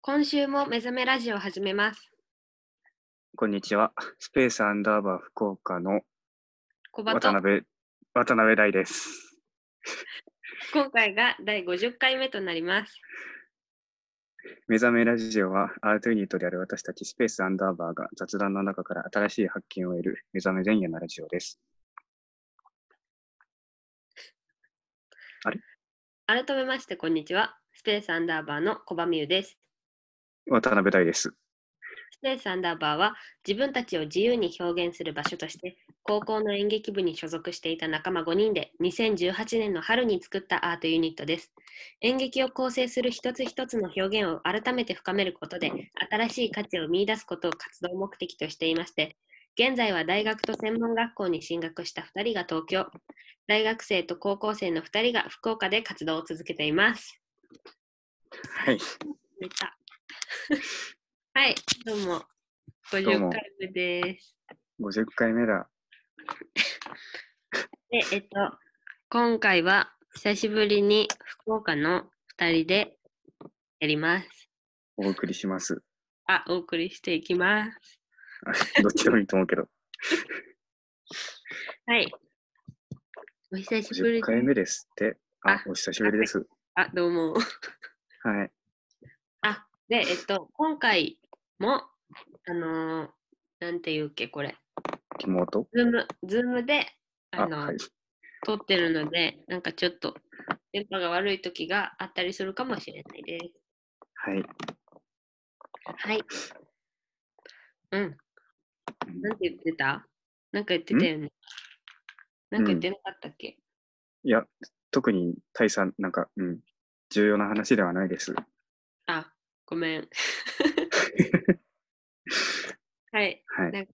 今週も目覚めラジオを始めます。こんにちは。スペースアンダーバー福岡の小バ渡ト、辺、渡辺大です。今回が第50回目となります。目覚めラジオはアートユニットである私たちスペースアンダーバーが雑談の中から新しい発見を得る目覚め前夜のラジオです。改めまして、こんにちは。スペースアンダーバーの小バ美優です。渡辺大です。スペースアンダーバーは自分たちを自由に表現する場所として高校の演劇部に所属していた仲間5人で2018年の春に作ったアートユニットです。演劇を構成する一つ一つの表現を改めて深めることで新しい価値を見出すことを活動目的としていまして現在は大学と専門学校に進学した2人が東京大学生と高校生の2人が福岡で活動を続けています。はい。寝た。 はい、どうも。どう50も回目です。 50回目だ。で、えっと、今回は久しぶりに福岡の2人でやります。お送りします。 あ、お送りしていきます。あどっちでもいいと思うけど。はい。お久しぶり50回です。目ですって。あ、お久しぶりです。あ、どうも。 はい。あ、で、えっと、今回も、あのーなんていうっけ、これ。リモートズーム、ズームで、あ、あのはい。撮ってるので、なんかちょっと電波が悪い時があったりするかもしれないです。はい。はい。うん。うんなんて言ってたなんか言ってたよね。なんか言ってなかったっけ、いや、特に大差、なんか、うん、重要な話ではないです。あ、ごめ ん。はい。はい。なんか、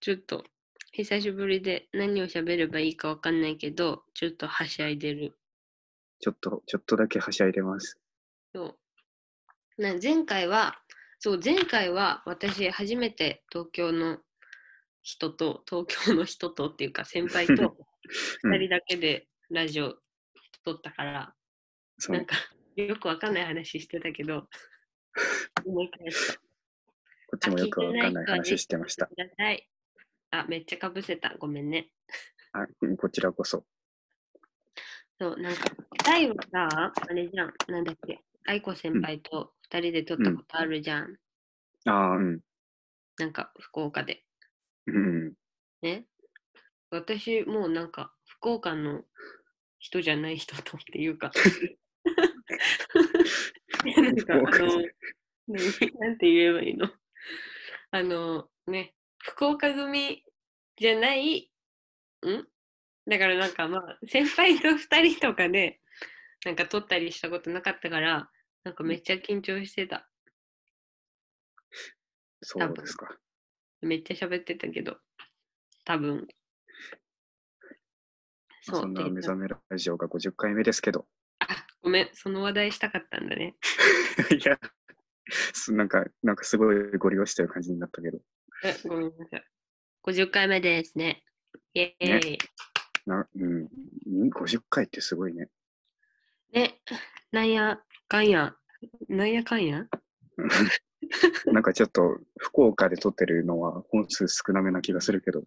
ちょっと、久しぶりで何を喋ればいいかわかんないけど、ちょっとはしゃいでる。ちょっと、ちょっとだけはしゃいでます。そうな前回は、そう、前回は私、初めて東京の人と、東京の人とっていうか、先輩と うん2人だけでラジオ撮ったから、そなんうか、よくわかんない話してたけ ど、思い返してこっちもよくわかんない聞いてない人はね話してました。ください。あ、めっちゃかぶせた。ごめんね。あうんこちらこそ。そう、なんか、大はさ、あれじゃん、なんだっけ、愛子先輩と2人で撮ったことあるじゃん。ああ、うん。なんか、福岡で。うん。ね。私、もうなんか、福岡の人じゃない人とっていう か。い やなんか、あ福岡の、何なんて言えばいいのあの、ね、福岡組じゃない、んだからなんかまあ、先輩と2人とかで、なんか撮ったりしたことなかったから、なんかめっちゃ緊張してた。そうですか。めっちゃ喋ってたけど、多分。まあそんなで目覚めラジオが50回目ですけど。 あ、ごめん、その話題したかったんだね。いや、すなんか、なんかすごいご利用してる感じになったけど。えごめんなさい。50回目ですね。イェーイ。なうん、ん50回ってすごいね。ね、なんやかんや、なんやかんやなんかちょっと、福岡で撮ってるのは本数少なめな気がするけど。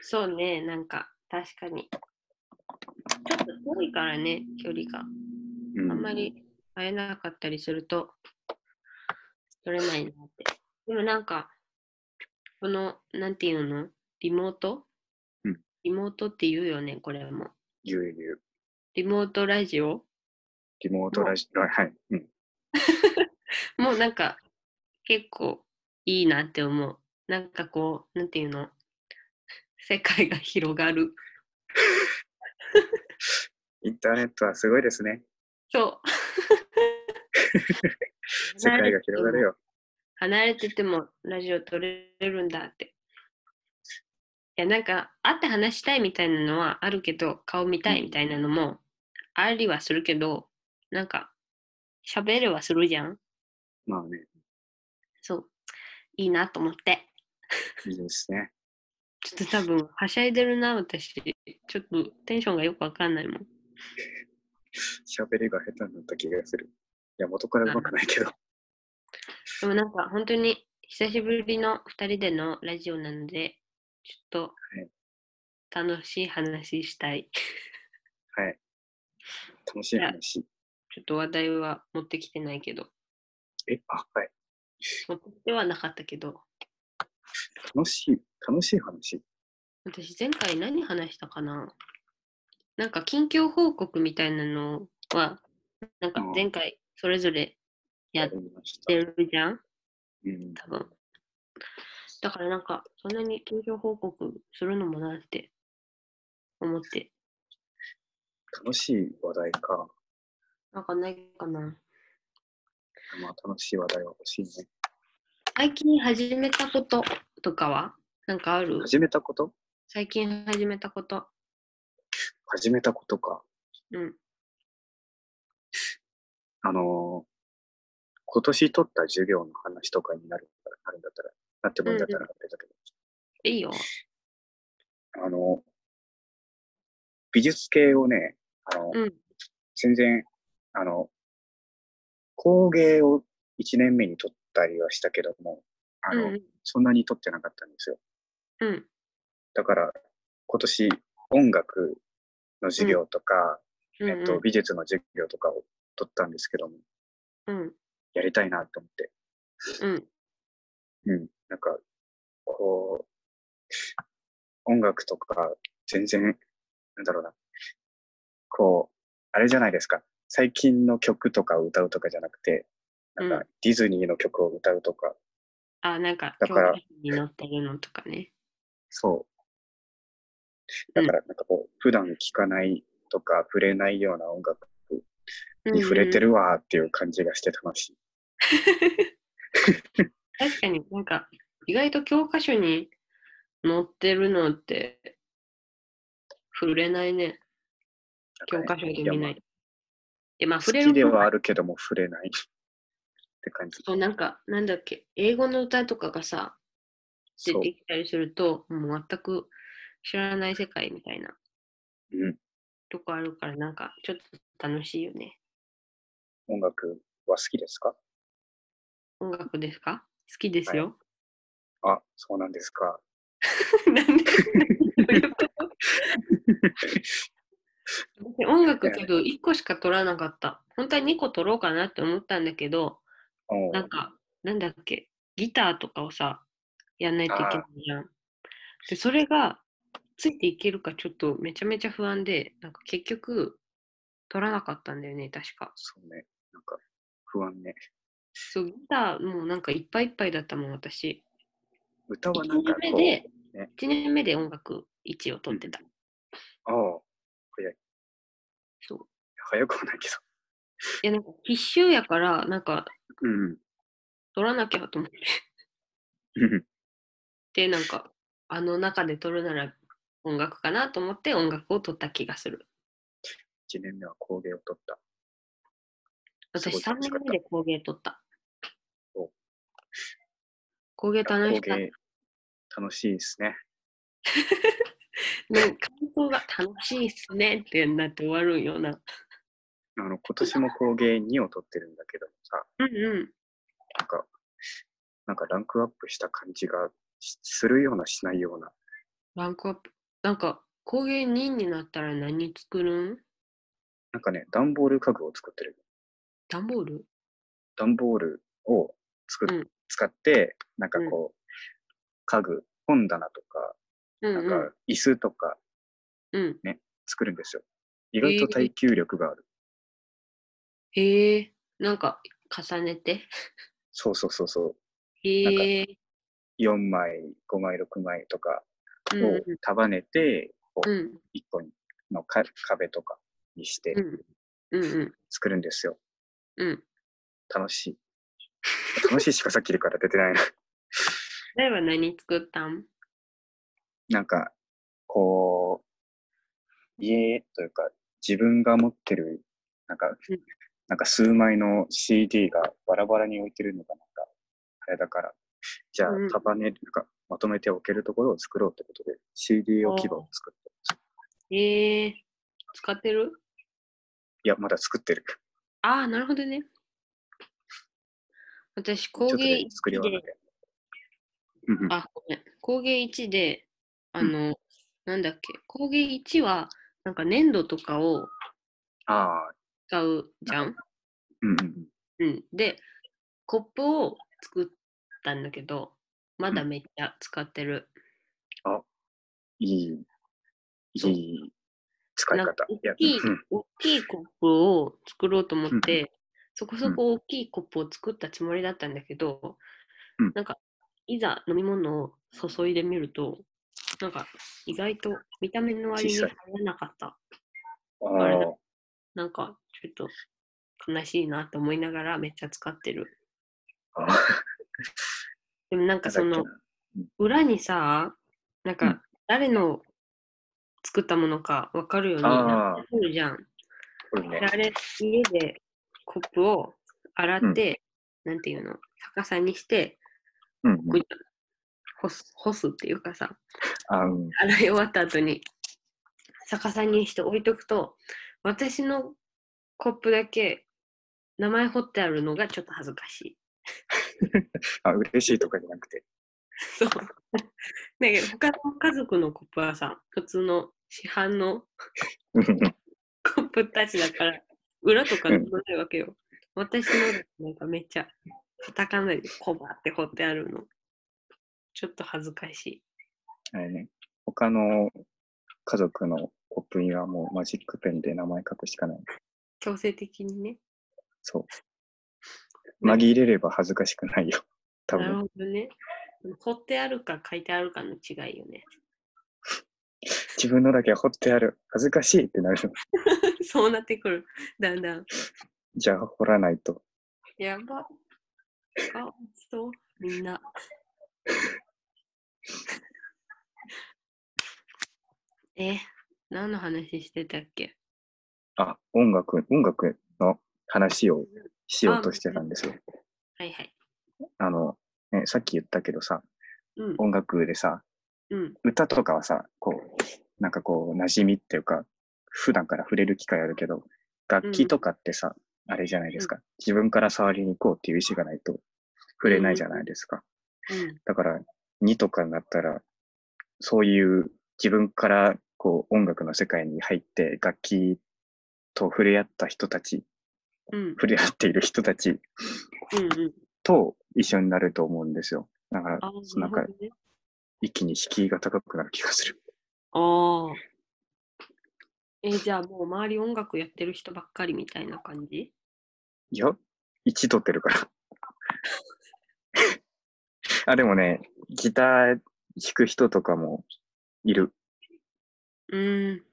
そうね、なんか、確かに。ちょっと遠いからね、距離が。うあんまん、り会えなかったりすると、取れないなって。でもなんか、この、なんていうのリモート、うんリモートって言うよね、これも。ゆうゆう。リモートラジオリモートラジオ、はい。うん、もうなんか結構いいなって思う。なんかこう、なんていうの世界が広がる。インターネットはすごいですね。そう。 世界が広がるよ。離れててもラジオ撮れるんだって。いや、なんか会って話したいみたいなのはあるけど、顔見たいみたいなのもありはするけど、なんか喋れはするじゃん。まあね、そう。いいなと思って。いいですね。ちょっと多分はしゃいでるな、私。ちょっとテンションがよくわかんないもん。喋りが下手になった気がする。いや、元から上手くないけど。でもなんか本当に久しぶりの2人でのラジオなので、ちょっと楽しい話したい。はい。楽しい話。ちょっと話題は持ってきてないけど、え、あ、はい。持ってきてはなかったけど、楽しい、楽しい話。私前回何話したかななんか近況報告みたいなのは、なんか前回それぞれやっりましたて。るじゃんうん。多分。だからなんか、そんなに近況報告するのもなって思って、楽しい話題か。なんかないかな。まあ、楽しい話題は欲しいね。最近始めたこととかはなんかある始めたこと最近始めたこと。始めたことか。うん。あのー今年取った授業の話とかになるなるんだったら、なってもいいんだったらあれだけど、いいよ。あの、美術系をね、あの、うん全然、あの、工芸を1年目に取ったりはしたけども、あうんの、そんなに取ってなかったんですよ。うん。うん。だから、今年、音楽の授業とか、うんえっと、美術の授業とかを取ったんですけども、うん。やりたいなと思って。うん。うん、なんか、こう、音楽とか、全然、なんだろうな、こう、あれじゃないですか、最近の曲とかを歌うとかじゃなくて、なんうか、ディズニーの曲を歌うとか、あ、なんか、だから教科書に載ってるのとかね。そう。だから、なんかこう、普段聴かないとか、触れないような音楽に触れてる。るわーっていう感じがして楽しい。確かになんか、意外と教科書に載ってるのって、触れないね。教なんか科書ねで見ない。え、まあ、触好れきるで方はがあるけども、触れないって感じ。そう、なんか、なんだっけ、英語の歌とかがさ、出そうて。きたりすると、もう全く知らない世界みたいなうん。とこあるから、なんか、ちょっと楽しいよね。音楽は好きですか音楽ですか好きですよ。あ、そうなんですか。 なんで、どういうこと私 音楽けど、1個しか取らなかった。本当は2個取ろうかなって思ったんだけど、おうなんか、なんだっけ、ギターとかをさ、やんないといけないじゃん。で、それが、ついていけるかちょっとめちゃめちゃ不安で、なんか結局、取らなかったんだよね、確か。そうね。なんか、不安ね。そう、ギターもうなんかいっぱいいっぱいだったもん、私。歌は1なん年かこ目う、で、ね1年目で音楽1を取ってた。ああ、そう。早くはないけど。いや、なんか必修やから、なんかうん取らなきゃと思っうん。て、なんか、あの中で取るなら音楽かなと思って音楽を取った気がする。 1年目は工芸を取った。す私ごい3楽年しかった目で工芸取ったお。工芸楽工しかった。芸、楽しいですね。ね、感想が楽しいっすねってなって終わるんよな。あの、今年も工芸2を取ってるんだけどもさ、うんうん。なんか、なんかランクアップした感じがしするようなしないような。ランクアップ。なんか、工芸2になったら何作るんなんかね、段ボール家具を作ってる。段ボール段ボールを作っ、うん使って、なんかこう、家具、本棚とか、うんなんうんか椅子とかうん。作るんですよ。意外と耐久力がある。へえ。なんか、重ねて。そうそうそうそう。へえ。 4枚、5枚、6枚とかうをんうん束ねて、うん1個のか壁とかにしてうんうんうん作るんですよ。うん。楽しい。楽しいしかさっきから出てないな。例えば何作ったんなんか、こう、家というか、自分が持ってる、なんかうん、なんか数枚の CD がバラバラに置いてるのが、なんか、あれだから、じゃあうん、束ね、なんか、まとめて置けるところを作ろうってことで、CD 置き場を作って、へえ。使ってるいや、まだ作ってる。ああ、なるほどね。私、ちょ工っと芸ね作り1物でで、。うんうん、あ、ごめん。工芸1で、あの、なんだっけ、工芸1は、なんか粘土とかをあー、使うじゃん。うんうんうん。うん。で、コップを作ったんだけど、まだめっちゃ使ってる。いい、そういい使いなん方か。いや大きいうん、大きいコップを作ろうと思って、そこそうんこ大きいコップを作ったつもりだったんだけど、うんなんか、いざ飲み物を注いでみると、なんか、意外と見た目の割に入小さいらなかった。ああれーだなんか、ちょっと悲しいなと思いながらめっちゃ使ってる。あー、なんだっでもなんけかそのな裏にさ、なんうかん誰の作ったものかわかるようにあなってるじゃん。これねであれ、家でコップを洗って、なんていうの、逆さにして、うんうぐんにゃ干す干すっていうかさ、あーうん洗い終わった後に逆さにして置いとくと、私のコップだけ名前彫ってあるのがちょっと恥ずかしい。あ嬉しいとかじゃなくて。 そう。 だけど、他の家族のコップはさ、普通の市販のうんうんコップたちだから、裏とかどうないわけよ。私のなんかめっちゃ、カタカナでコバって掘ってあるの。ちょっと恥ずかしい。あれね、他の家族のコップにはもうマジックペンで名前書くしかない。強制的にね。そう。紛れれば恥ずかしくない よ。多なる分。ほどね。掘ってあるか書いてあるかの違いよね。 自分のだけ掘ってある。恥ずかしいってなる。 そうなってくる。だんだん。じゃあ掘らないと。やば。かわいそう、みんな。 え、何の話してたっけあ、音楽、音楽の話をしようとしてたんですよ。はいはい。あの、ね、さっき言ったけどさ、うん。音楽でさ、うん。歌とかはさ、こう、なんかこう、馴染みっていうか、普段から触れる機会あるけど、楽器とかってさ、あれじゃないですか、自分から触りに行こうっていう意思がないと触れないじゃないですか。うん。だから、2とかになったら、そういう自分からこう音楽の世界に入って、楽器と触れ合った人たち、うん。触れ合っている人たちうん。うん。と一緒になると思うんですよ。だから、ああ、なんかなるほどね。一気に敷居が高くなる気がする。ああ。え、じゃあもう周り音楽やってる人ばっかりみたいな感じいや、1取ってるから。 あ、でもね、ギター弾く人とかもいる。うーん。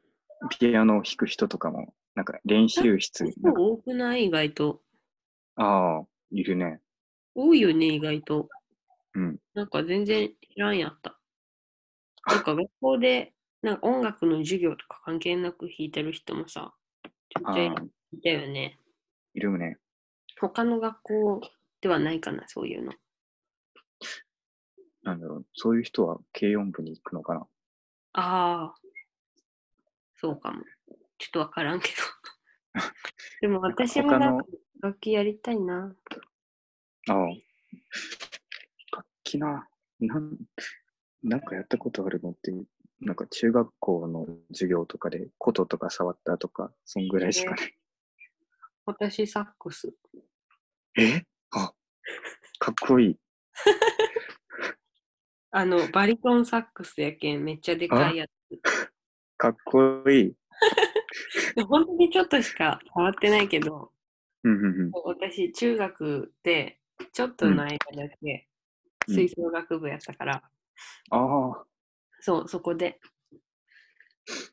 ピアノを弾く人とかも、なんか練習室人になんか、多くない意外と。ああ、いるね。多いよね、意外と。うん。なんか全然知らんやった。なんか学校でなんか音楽の授業とか関係なく弾いてる人もさ、ちょあっといあ、たよね。いるね。他の学校ではないかな、そういうの。なんだろう、そういう人は軽音部に行くのかな。ああ、そうかも。ちょっとわからんけ ど。でも私もなんなんかか楽器やりたいな。ああ。楽器な、なん、なんかやったことあるのって、なんか中学校の授業とかで、琴とか触ったとか、そんぐらいしかない。私サックス。えあ、かっこいい。あの、バリトンサックスやけん、めっちゃでかいやかっこいい。つ。本当にちょっとしか触ってないけど、うんうんうん。私、中学でちょっとの間だけうん吹奏楽部やったから、ああ、そう、そこで。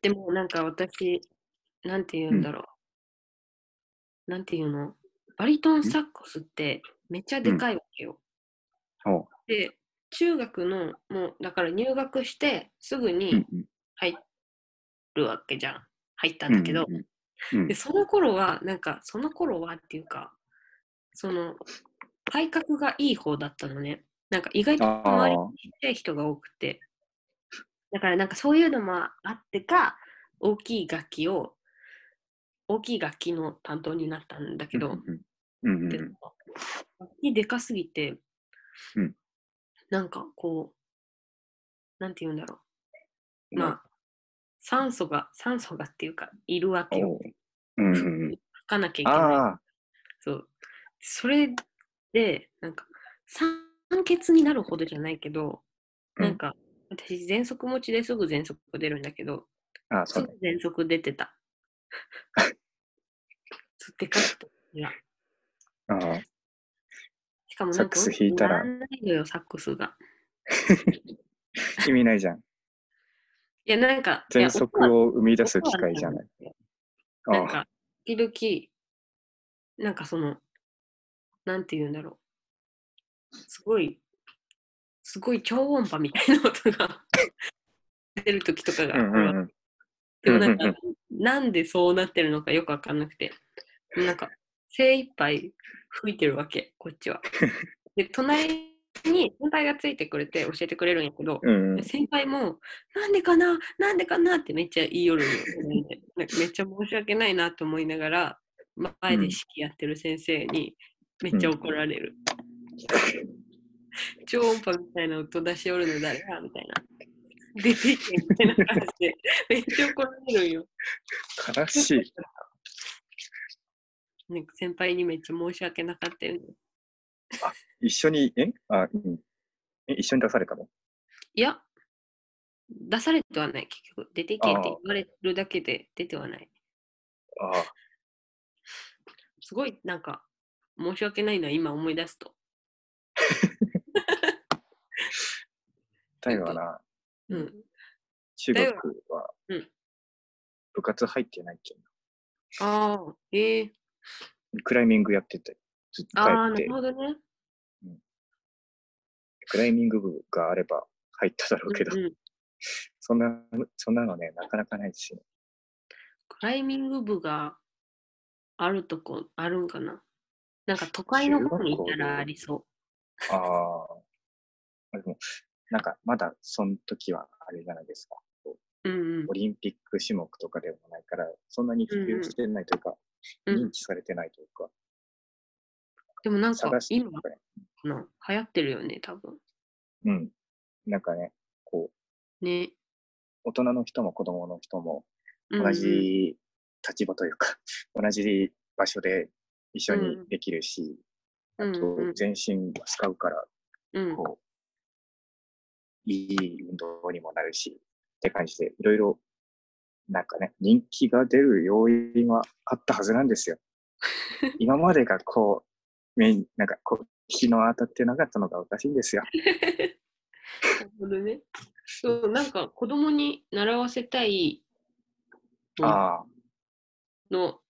でも、なんか私、なんて言うんだろう。なんて言うのバリトンサックスってめっちゃでかいわけよ。そう。で、中学の、もう、だから入学してすぐうにんうん入るわけじゃん。入ったんだけど、うんうんうんで、その頃は、なんか、その頃はっていうか、その、体格がいい方だったのね。なんか、意外と周りにちっちゃい人が多くて。だから、なんか、そういうのもあってか、大きい楽器を、大きい楽器の担当になったんだけうんど、うんうんうんうんでうんバきでかすぎて、うんなんかこう、なんて言うんだろう。うんまあ、酸素が、酸素がっていうか、いるわけよ。おううんうんうん吹かなきゃいけない。ああ、そう。それで、なんか、酸欠になるほどじゃないけど、うんなんか、私、喘息持ちですぐ喘息出るんだけど、ああ、すそうぐね。喘息出て た。そうでかくて。ああしかもなんか、サックス弾いたら鳴ないのよ、サックスが。意味な いじゃん。いや、なんか、いや喘息を生み出す機会じゃない。。音はなんああ、か、時々、なんかその、なんて言うんだろう。すごい、すごい超音波みたいな音が出る時とかが、うんうんうん。でもなんうんうか、なんでそうなってるのかよくわかんなくて、なんか、精一杯吹いてるわけ、こっちは。で、隣に先輩がついてくれて教えてくれるんやけど、うんうん先輩も、なんでかな、なんでかなってめっちゃ言いよるんよなんかめっちゃ申し訳ないなと思いながら、前で式やってる先生にめっちゃ怒られる。 超音波みたいな音出しおるの誰やみたいな。出ていけみたいな感じで、めっちゃ怒られるんよ。悲しい。なんか先輩にめっちゃ申し訳なかったよね。一緒に、えあ、うん。え、一緒に出されたのいや、出されてはない、結局。出ていけってあ言ーわれるだけで出てはない。ああ、すごいなんか申し訳ないのは今思い出すと。だよな。うん。中学はだようん部活入ってないけど、ああ、ええクライミングやってて、ずっと帰ああ、っなてる、ほどね。クライミング部があれば入っただろうけど、うんうんそんな、そんなのね、なかなかないですよ。クライミング部があるとこあるんかな。なんか都会の方にいたらありそああ。でも、なんか、まだ、その時はあれじゃないですか。う。うんうんオリンピック種目とかでもないから、そんなに普及してないというか、うん認。知されてないというか、でもなんか探して今とかね。かな流行ってるよね、多分。うん。なんかね、こう、ね。大人の人も子供の人も、うんうん同じ立場というか、 同じ場所で一緒にできるし、うんあうんうんと全身使うから、うんこう、いい運動にもなるし、って感じで、いろいろ、なんかね、人気が出る要因はあったはずな んですよ。今までがこう、メイン、なんかこう、日の当たってなかったのがおかしいんですよ。なるほどね。そう、なんか子供に習わせたいうんああ、の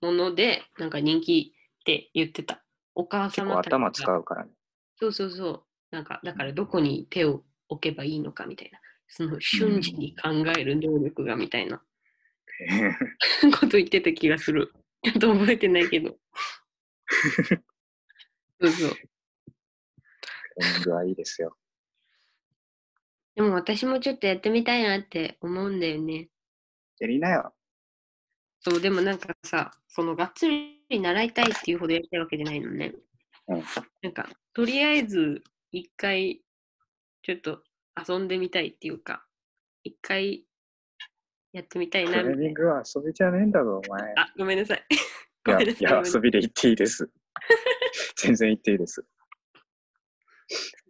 もので、なんか人気って言ってた。お母結様た構ちが頭使 うからね。そうそうそう。なんか、だからどこに手を置けばいいのかみたいな。その瞬時に考える能力がみたいなこと言ってた気がする。ちょっと覚えてないけ ど。そうそう。タイミングはいいですよ。でも私もちょっとやってみたいなって思うんだよね。やりなよ。そう、でもなんかさ、そのがっつり習いたいっていうほどやりたいわけじゃないのね。うんなんか、とりあえず、一回、ちょっと遊んでみたいっていうか、一回やってみたいクなみたライいなミン。グは遊びじゃねえんだろ、お前。あ、ごめんなさい。いごや、めんないさい。や遊びで言っていいです。 全然言っていいです。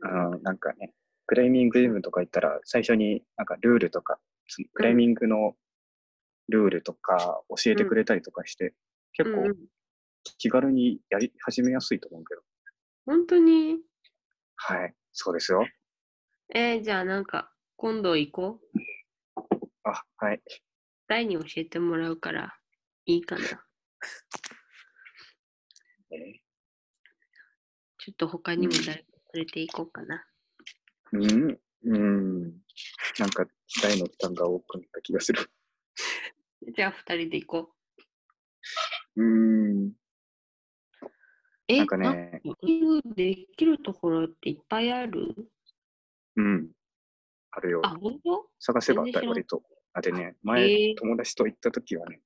あの、なんかね、クライミングジムとか行ったら、最初になんかルールとか、そのクライミングのルールとか教えてくれたりとかして、結うんう構ん気軽にやり始めやすいと思うけど。本当に。はい、そうですよ。えーじゃあなんか、今度行こう。あ、はい。大に教えてもらうから、いいかな。えちょっと他にも誰か連れて行こうかな。ーうん、うん。なんか、大の負担が多くなった気がする。じゃあ二人で行こう。うん。え、なんかね、リングできるところっていっぱいあるうん。あるよ。あ、本当探せば全然知らん割と。あでね、前、えー友達と行った時はね、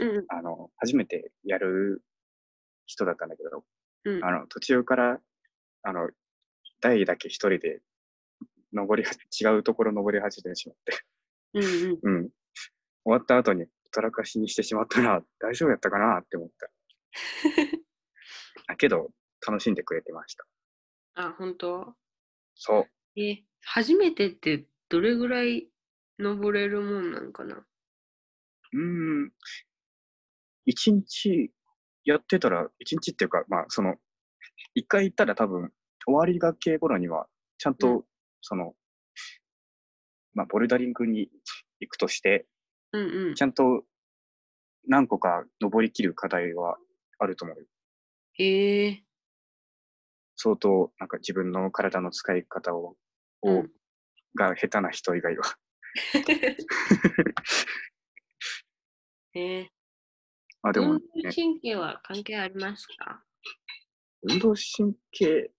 うん。あの、初めてやる人だったんだけど、うんあの、途中から、あの、台だけ一人で、登りは、違うところ登り始めてしまって、うんうん、うん。終わった後に、ほったらかしにしてしまったら、大丈夫やったかなって 思った。だけど、楽しんでくれてました。あ、本当そう。え、初めてってどれぐらい登れるもんなんかなうーん。一日やってたら、一日っていうか、まあ、その、一回行ったら多分、終わりがけ頃には、ちゃんと、うその、まあ、ボルダリングに行くとして、うんうんち。ゃんと何個か登りきる課題はあると思うよ。へえ相当、なんか自分の体の使い方を、をうんが下手な人以外は。へえまあで運も、ね動、神経は関係ありますか運動神経、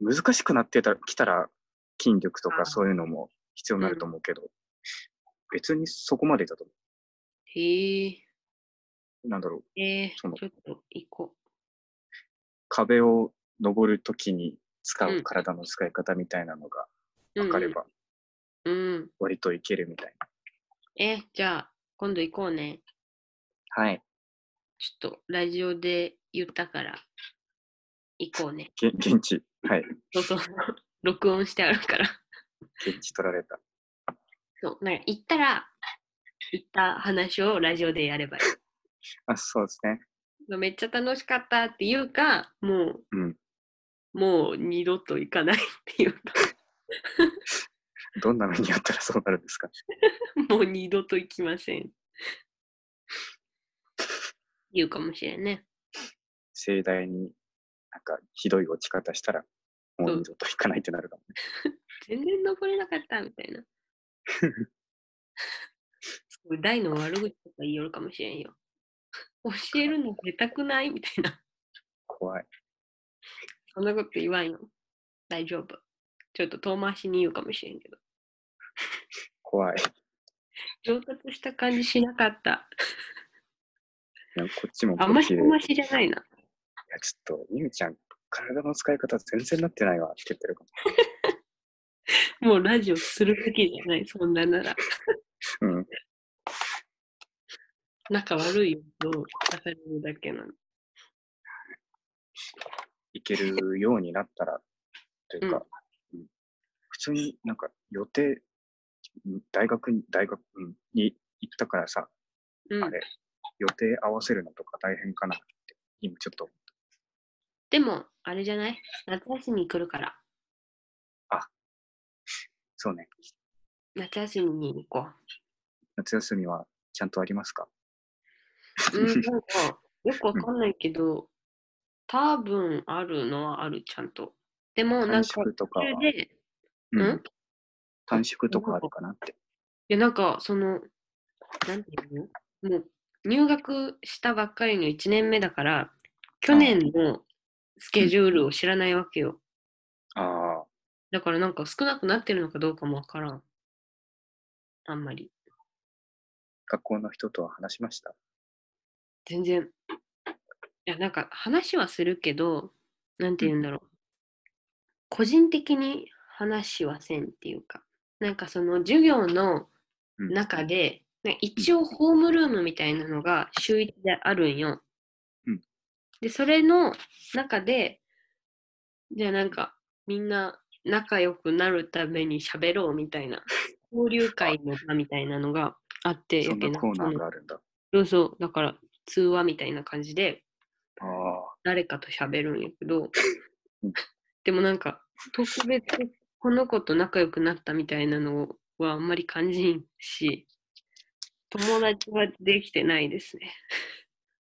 難しくなってたきたら、筋力とあーかそういうのも必要になると思うけど、別にそこまでだと思へえう。なんだろう、ええそのちょっと行こ壁を登るときに使ううん体の使い方みたいなのがう。分かれば、うんうん、うん。割といけるみたいえ、じゃあ、今度行こうね。な。はい。ちょっと、ラジオで言ったから、行こうね。げ 現地、はい。そうそう。録音してあるから。現地取られた。そう。なんか、行ったら、行った話をラジオでやればいあ、そうですね。い。めっちゃ楽しかったっていうか、もう、うんもう二度と行かないっていうか、どんな目にあったらそうなるんですか。もう二度と行きません。言うかもしれんね。盛大になんかひどい落ち方したら、もう二度と行かないってなるかもね。全然登れなかったみたいな。そう大の悪口とか言いよるかもしれんよ。教えるの下手くないみたいな。怖い。そんなこと言わんよ。大丈夫。ちょっと遠回しに言うかもしれんけど。怖い。上達した感じしなかった。いやこっちもこあんまっりちで遠回しじゃないな。いや、ちょっと、ゆみちゃん、体の使い方全然なってないわって言ってるかもうラジオするべきじゃない。そんななら。も。うん。仲悪いよ。どう出されるだけなの。いけるようになったら、というか、うん普通になんか予定、うん大学に、大学うんに行ったからさ、うあんれ。予定合わせるのとか大変かなって、今ちょっと、でも、あれじゃない夏休み来るから。そうね、夏休みに行こう。夏休みはちゃんとありますか うん、なんか、よくわかんないけど、多分あるのはある、ちゃんと。でも、なん短か、途縮とかは中で、いん短縮とかあるかなって。や、なんか、その、なんていうのもう、入学したばっかりの1年目だから、去年のスケジュールを知らないわけよ。ああ、だから、なんか少なくなってるのかどうかもわからん。あんまり。学校の人とは話しました。全然。いや、なんか話はするけど、なんて言うんだろう。個人的に話はせんっていうか、なんかその授業のうん中で、ね一応ホームルームみたいなのが週1であるんよ。うんで、それの中で、じゃあなんかみんな仲良くなるために喋ろうみたい な、交流会の場みたいなのがあって、そんなやけコーナそーのがあるんだ。そうそう、だから通話みたいな感じでああ、誰かと喋るんやけどうん、でもなんか特別この子と仲良くなったみたいなのはあんまり感じんし、友達はできてないですね。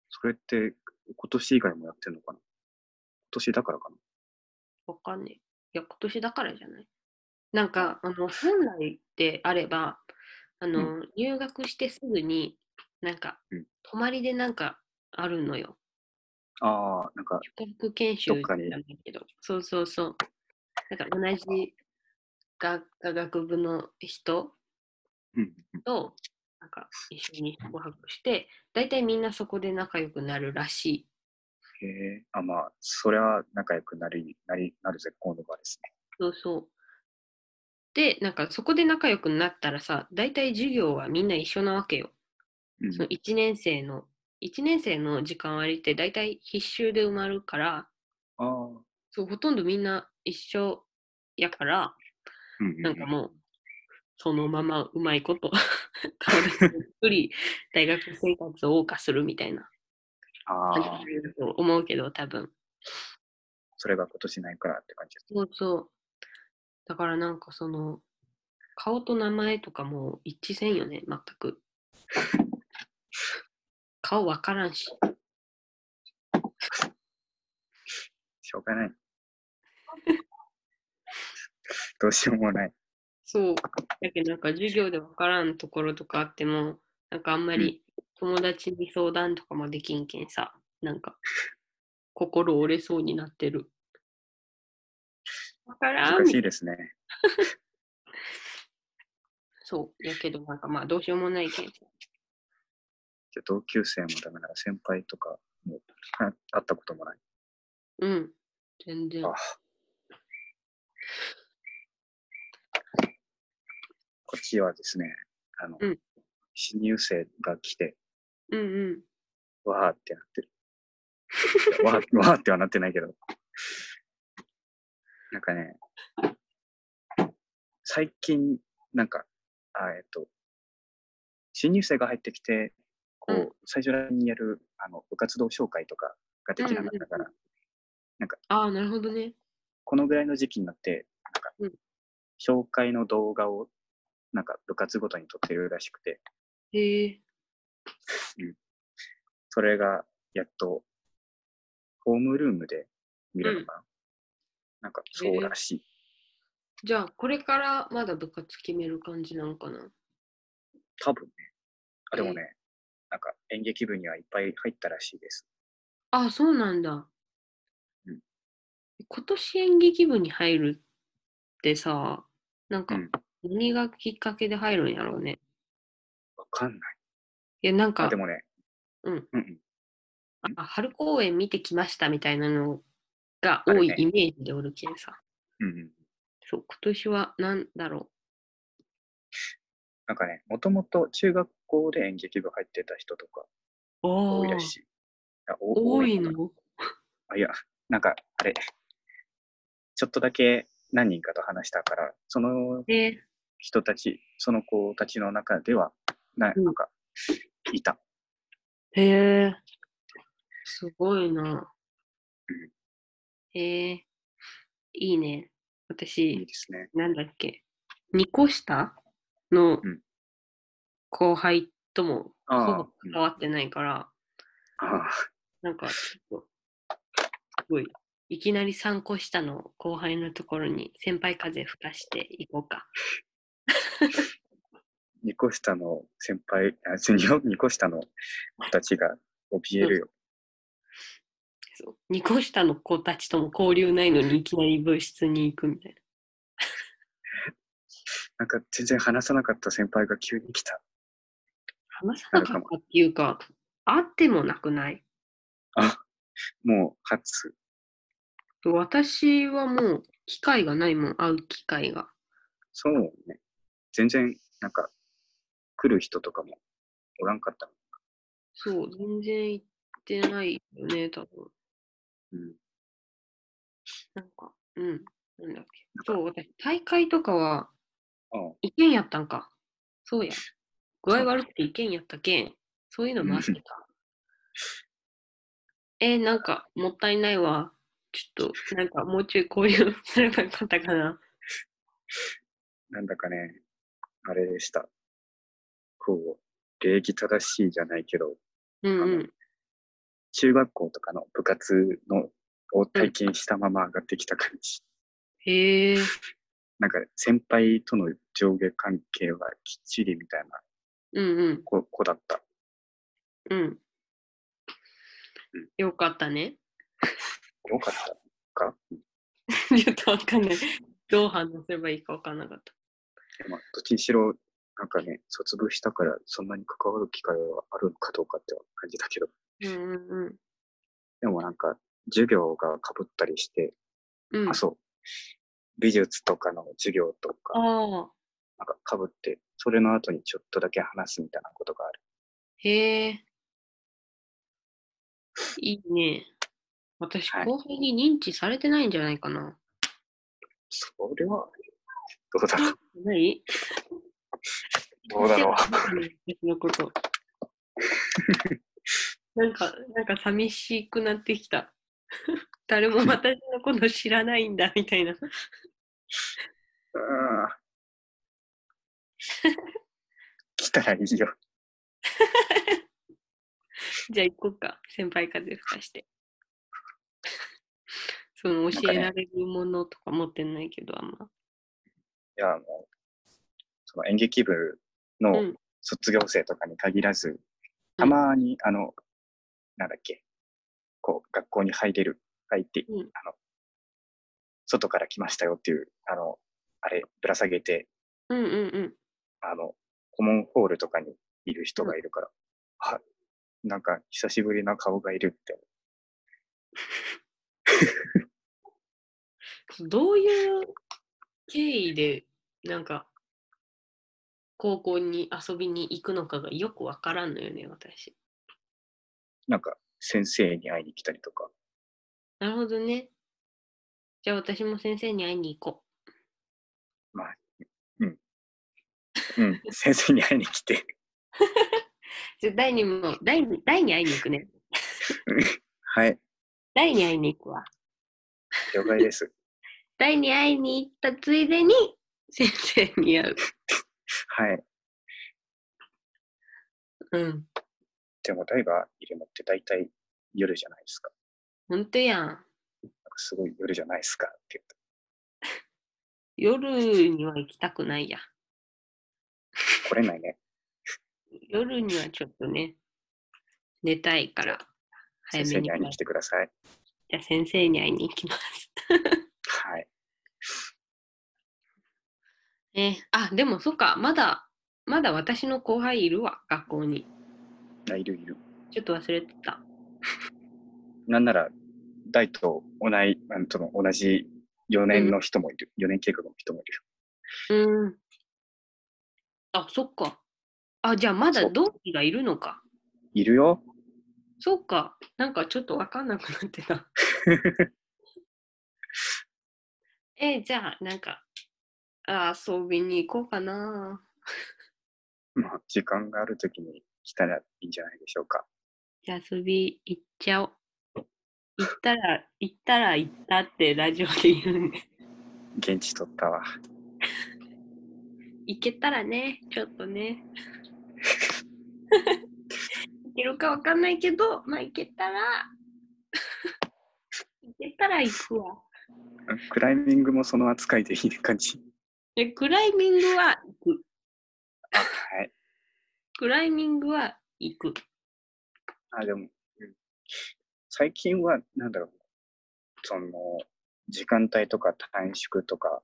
それって今年以外もやってるのかな今年だからかなわかんねえ。いや、今年だからじゃない。なんか、あの、本来であれば、あの、入学してすぐに、なんかうん、泊まりでなんかあるのよ。ああ、なんか、宿泊研修どっかになんだけど、そうそうそう。なんか同じ学科学部の人うん、うんとなんか一緒に宿泊して、大体みんなそこで仲良くなるらしい。へえ、あ、まあ、そりゃ仲良くなり、なり、なる絶好の場ですね。そうそう。で、なんかそこで仲良くなったらさ、大体授業はみんな一緒なわけよ。うんその1年生の、1年生の時間割って大体必修で埋まるから、ああ、そうほとんどみんな一緒やから、うんうん。なんかもう、そのままうまい こと、顔でゆっくり大学生活を謳歌するみたいな感じああ、だと思うけど、多分。それが今年ないからって感じです。そうそう。だからなんかその、顔と名前とかもう一致せんよね、全 く。顔わからんし。しょうが ない。どうしようもない。そう。だけどなんか授業でわからんところとかあっても、なんかあんまり友達に相談とかもできんけんさ、なんか心折れそうになってる。わからん難しいですね。そう。やけどなんかまあどうしようもないけん。じゃあ同級生もダメなら先輩とかもあ会ったこともない。うん。全然。あこっちはですね、あの、うん新入生が来て、うんうん。わーってなってる。 いやわーわーってはなってないけど。なんかね、最近、なんか、あえっと、新入生が入ってきて、こう、うん最初ら辺にやるあの部活動紹介とかができなかったから、ああ、なるほどね。このぐらいの時期になって、なんか、うん紹介の動画を、なんか部活ごとに撮ってるらしくて、へえ。それがやっと、ホームルームで見れるのかな、なんか、そうらしい。じゃあ、これからまだ部活決める感じなんかな。多分ね。あ、でもね、なんか演劇部にはいっぱい入ったらしいです。ああ、そうなんだ。うん今年演劇部に入るってさ、なんかうん、何がきっかけで入るんやろうね。わかんない。いや、なんあ、かで、もね、うん、うんうん。あ春公演見てきましたみたいなのが多あるいねイメージでおるけんさ。うんうん。そう、今年は何だろなんかね、もともと中学校で演劇部入ってた人とかう。多いあらあしい。いやお多いかなのあいや、なんか、あれ、ちょっとだけ何人かと話したから、そのえー人たち、その子たちの中では、なうんなんか、いた。へえ、すごいなうん。へえ、いいね。いい私、ですね。なんだっけ、2個下のうん後輩ともあほあぼ関わってないから、ああ、なんかちょっと、すごい、いきなり3個下の後輩のところに先輩風吹かしていこうか。ニコ下の先輩、あ、違うニコ下の子たちが怯えるよ。そう2個下の子たちとも交流ないのにいきなり部室に行くみたいな。なんか全然話さなかった先輩が急に来た。話さなかったっていうか、あってもなくないあ、もう初。私はもう機会がないもん、会う機会が。そうね。全然、なんか、来る人とかもおらんかったの。そう、全然行ってないよね、多分。うん。なんか、うん。なんだっけ。なんかそう、私、大会とかはあ意見やったんか。そうや。具合悪くて意見やったけん、そういうのもあってた。えーなんか、もったいないわ。ちょっと、なんか、もうちょい交流すればよかったかな。なんだかね、あれでした。こう、礼儀正しいじゃないけど、うんうあのん。中学校とかの部活のを体験したまま上がってきた感じ。へえ。なんか、先輩との上下関係はきっちりみたいなうんうん。子子だった。うん。よかったね。 よかったか。ちょっとわかんない。どう反応すればいいかわかんなかった。でも、どっちにしろ、なんかね、卒業したから、そんなに関わる機会はあるのかどうかっては感じだけど、うんうんうん。でもなんか、授業がかぶったりして、うん。あ、そう。美術とかの授業とか、ああ。なんかかぶって、それの後にちょっとだけ話すみたいなことがある。へ え。いいね。私、はい後輩に認知されてないんじゃないかな。それは、どうだろう。ない どうだろう。私の こと。なんか、なんか寂しくなってきた。 誰も私のこと知らないんだ、みたいな。うん。来たらいいよ。じゃあ行こうか。先輩風吹かして。 そのなん教かえねられるものとか持ってないけど、あんま。いや、もう、その演劇部のうん卒業生とかに限らず、うたんまに、あの、なんだっけ、こう、学校に入れる、入って、うんあの、外から来ましたよっていう、あの、あれ、ぶら下げて、うんうんうん。あの、顧問ホールとかにいる人がいるから、あ、なんか久しぶりな顔がいるって。どういう経緯で、なんか、高校に遊びに行くのかがよくわからんのよね、私。なんか、先生に会いに来たりとか、なるほどね。じゃあ私も先生に会いに行こうん、 先生に会いに来て、う。じゃあ大にも、大に、大に会いに行くね。はい、大に会いに行くわ。了解です。大に会いに行ったついでに、先生に会う。はい。うん。でも誰がいるのって大体夜じゃないですか。ほんとやん。なんかすごい夜じゃないですかって夜には行きたくないや。言うと来れないね。夜にはちょっとね、寝たいから、早先め生に帰っに会いに来てください。じゃあ先生に会いに行きます。はい。えあ、でもそっか、まだ、まだ私の後輩いるわ、学校に。あいるいる。ちょっと忘れてた。なんなら、大と同い、なんとの同じ4年の人もいる。4年計画の人もいる。うん。あ、そっか。あ、じゃあまだそう同期がいるのか。いるよ。 そっか。なんかちょっとわかんなくなってた。 えじゃあ、なんか、あ遊びに行こうかな。まあ、時間があるときに来たらいいんじゃないでしょうか。じゃあ遊び行っちゃおう。行ったら、行ったら行ったってラジオで言うんで。現地取ったわ。行けたらね、ちょっとね。行けるかわかんないけど、まあ行けたら、行けたら行くわ。クライミングもその扱いでいい感じ。で、クライミングは行く。はい。クライミングは行く。あ、でも、うん、最近は、なんだろう、その、時間帯とか短縮とか、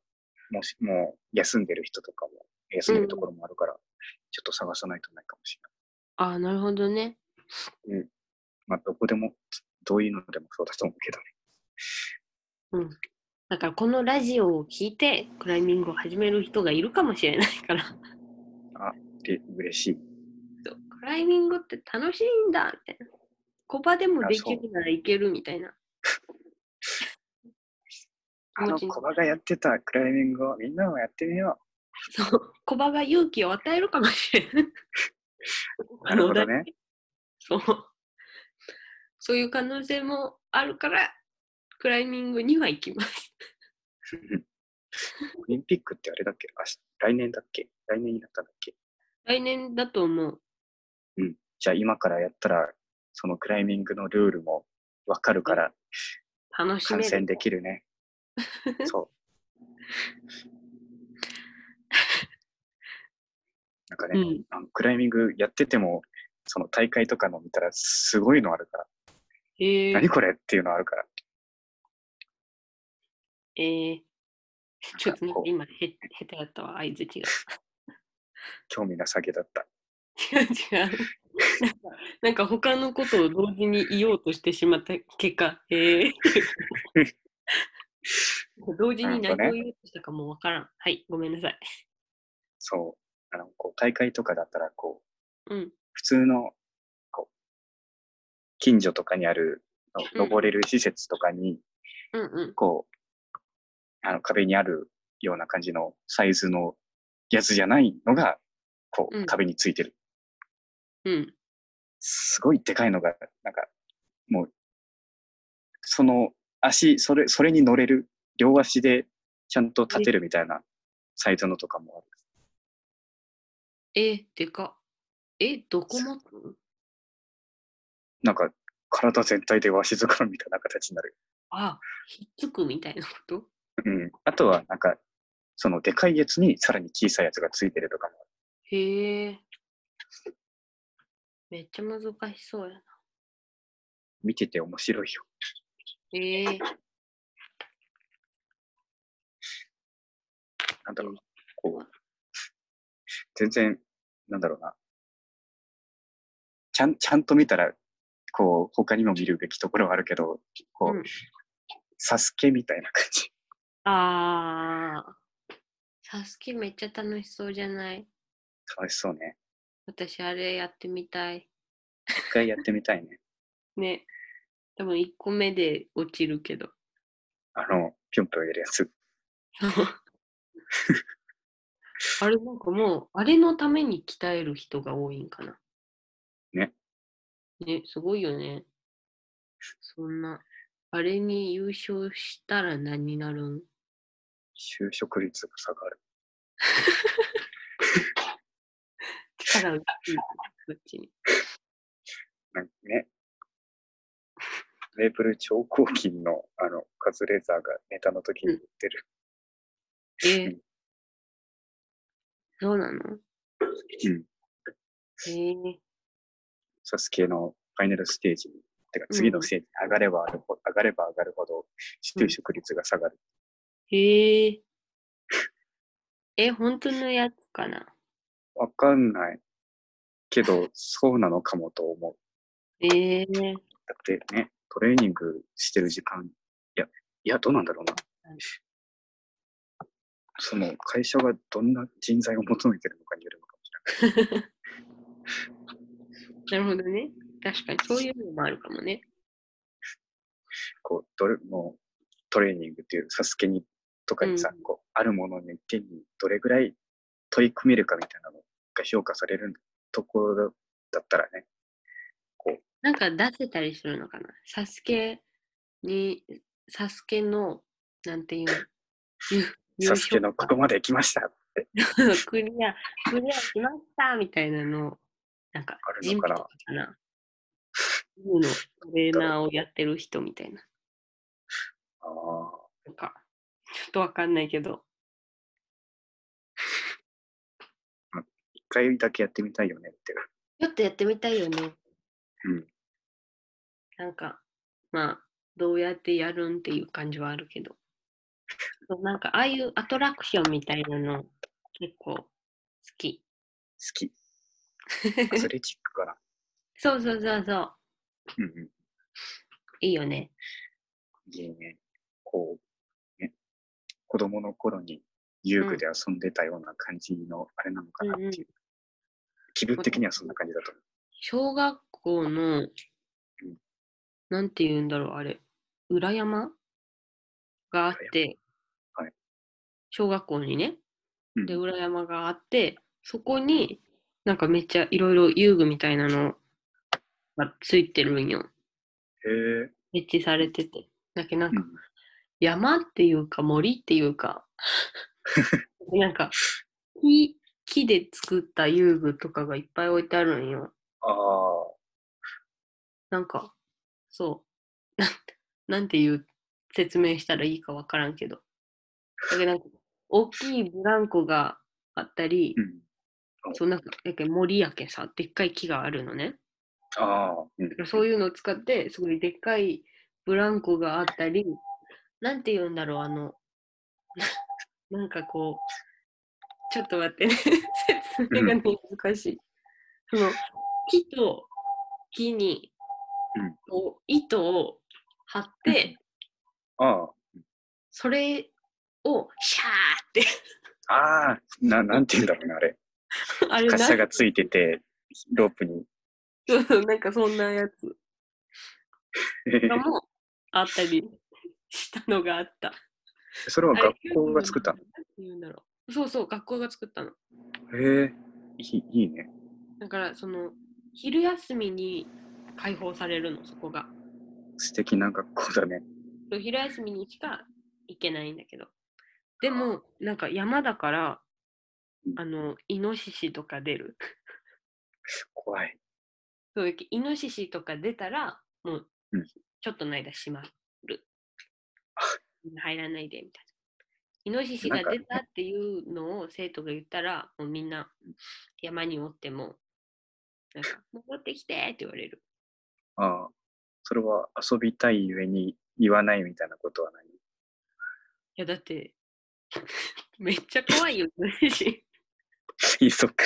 もし、もう休んでる人とかも、休んでるところもあるから、ちょっと探さないとないかもしああ、なるほどね。れない。うん。まあ、どこでも、どういうのでもそうだと思うけどね。だからこのラジオを聞いて、クライミングを始める人がいるかもしれないから。で、嬉しい。そうクライミングって楽しいんだみたいな。コパでもあできそるならいけるみたいな。 あの、気持ちコバがやってたクライミングをみんなもやってみよそうコバが勇気を与えるかもしれない。う。なるほどあのね。 そう。そういう可能性もあるから、クライミングには行きます。 オリンピックってあれだっけあし来年だっけ来年になったんだっけ来年だと思う。じゃあ今からやったら、そのクライミングのルールもわかるから楽し観め戦る。できるね。 そう。なんかうね、ん、あのクライミングやってても、その大会とかの見たらすごいのあるから、えー何これっていうのあるから、えーちょっとなんかこう今へ、下手やったわ、合図違う。 興味なさげだった。違う違う。なんか他のことを同時に言おうとしてしまった結果、えー、同時に何を言おうとしたかもわからん。はい、ごめんなさい。そう。あの、こう、大会とかだったら、こう、うん。普通の、こう、近所とかにあるの、うん登れる施設とかに、うんうん。こう、あの、壁にあるような感じのサイズのやつじゃないのが、こうう、ん壁についてる。うん。すごいでかいのが、なんか、もう、その足、それ、それに乗れる、両足でちゃんと立てるみたいなサイズのとかもある。えー、でか。え、どこもなんか、体全体でわしづかみみたいな形になる。あ、ひっつくみたいなことうん。あとは、なんか、そのでかいやつにさらに小さいやつがついてるとかもある。へえ。めっちゃ難しそうやな。見てて面白いよ。ええ。なんだろうな、こう、全然、なんだろうな、ちゃん、ちゃんと見たら、こう、他にも見るべきところはあるけど、こう、うんサスケみたいな感じ。 ああ。サスケめっちゃ楽しそうじゃない楽しそうね。私あれやってみたい。一回やってみたいね。ね。多分1個目で落ちる けど。あの、ぴょんぴょんやるやつ。あれなんかもう、あれのために鍛える人が多いんかな。ね。ね、すごいよね。そんな、あれに優勝したら何になるん就職率が下がる。力がいい。こっちに。なんかね。メープル超合金の、あの、カズレーザーがネタの時に言ってる。えーそうなのうん。えーサスケのファイナルステージに、てか次のステージに上がれば上がるほど、上がれば上がるほど、就職率が下がる。へえ。え、本当のやつかなわ、かんない。けど、そうなのかもと思う。ええー。だってね、トレーニングしてる時間、いや、いや、どうなんだろうなうん。その会社がどんな人材を求めてるのかによるのかもしなるほどね。確かにそういうのもあるかもね。れない。こう、どれもうトレーニングっていうサスケにとかにさ、うこう、あるものに一点にどれぐらい取り組めるかみたいなのが評価されるところだったらね、なんか出せたりするのかなサスケに、サスケの、なんていうのサスケのここまで来ました。と クリア、クリアしましたみたいなのを、なんかあ、るジのムかとなかかなジムのトレーナーをやってる人みたいな。ああ、なんか、ちょっとわかんないけど。一回だけやってみたいよねって。ちょっとやってみたいよね。うん。なんか、まあ、どうやってやるんっていう感じはあるけど。そうなんか、ああいうアトラクションみたいなの、結構好 き。好 き。アスレチックかな。そうそうそうそう。うんうん。いいよね。いいね。こう、ね、子供の頃に遊具で遊んでたような感じのあれなのかなっていう。うんうん気分的にはそんな感じだと思う。小学校の、なんて言うんだろう、あれ、裏山があって、はい小学校にね、うんで、裏山があって、そこになんかめっちゃいろいろ遊具みたいなのがついてるんよ。へえ。設置されてて。だけどなんうかん。山っていうか森っていう か、なんか木木で作った遊具とかがいっぱい置いてあるんよ。ああ、なんか、そう。 なんて、なんていう説明したらいいかわからんけど。だけどなんか、大きいブランコがあったりう、ん。そうなんか、やけん森やけんさ、でっかい木があるのね。ああ、うん。そういうのを使って、すごいでっかいブランコがあったり、なんて言うんだろう、あの、な なんかこう、ちょっと待ってね、説明がね難しい。その、木と木に、うんこう糸を張っうて、あそれをシャー っあ、ああ、な、なんて言うんだろうな、あ れ。て、あれ滑車ながついてて、ロープに。なんかそんなやつとかもあったりしたのがあった。 それは学校が作ったのあれ。なんて言うんだろうそうそう、学校が作ったの。へえ、いい、いいね。だから、その、昼休みに解放されるの、そこが。素敵な学校だね。そう昼休みにしか行けないんだけど。でも、なんか山だからう、んあの、イノシシとか出る。怖い。そうイノシシとか出たら、もううん、ちょっとの間閉まる。 入らないで、みたいな。イノシシながんか出たっていうのを生徒が言ったら、もうみんな山におっても、なんか、戻ってきてって言われる。ああ、それは遊びたいゆえに言わないみたいなことはない。 いや、だって、 めっちゃ怖いよ、イノシシ。いいそっか。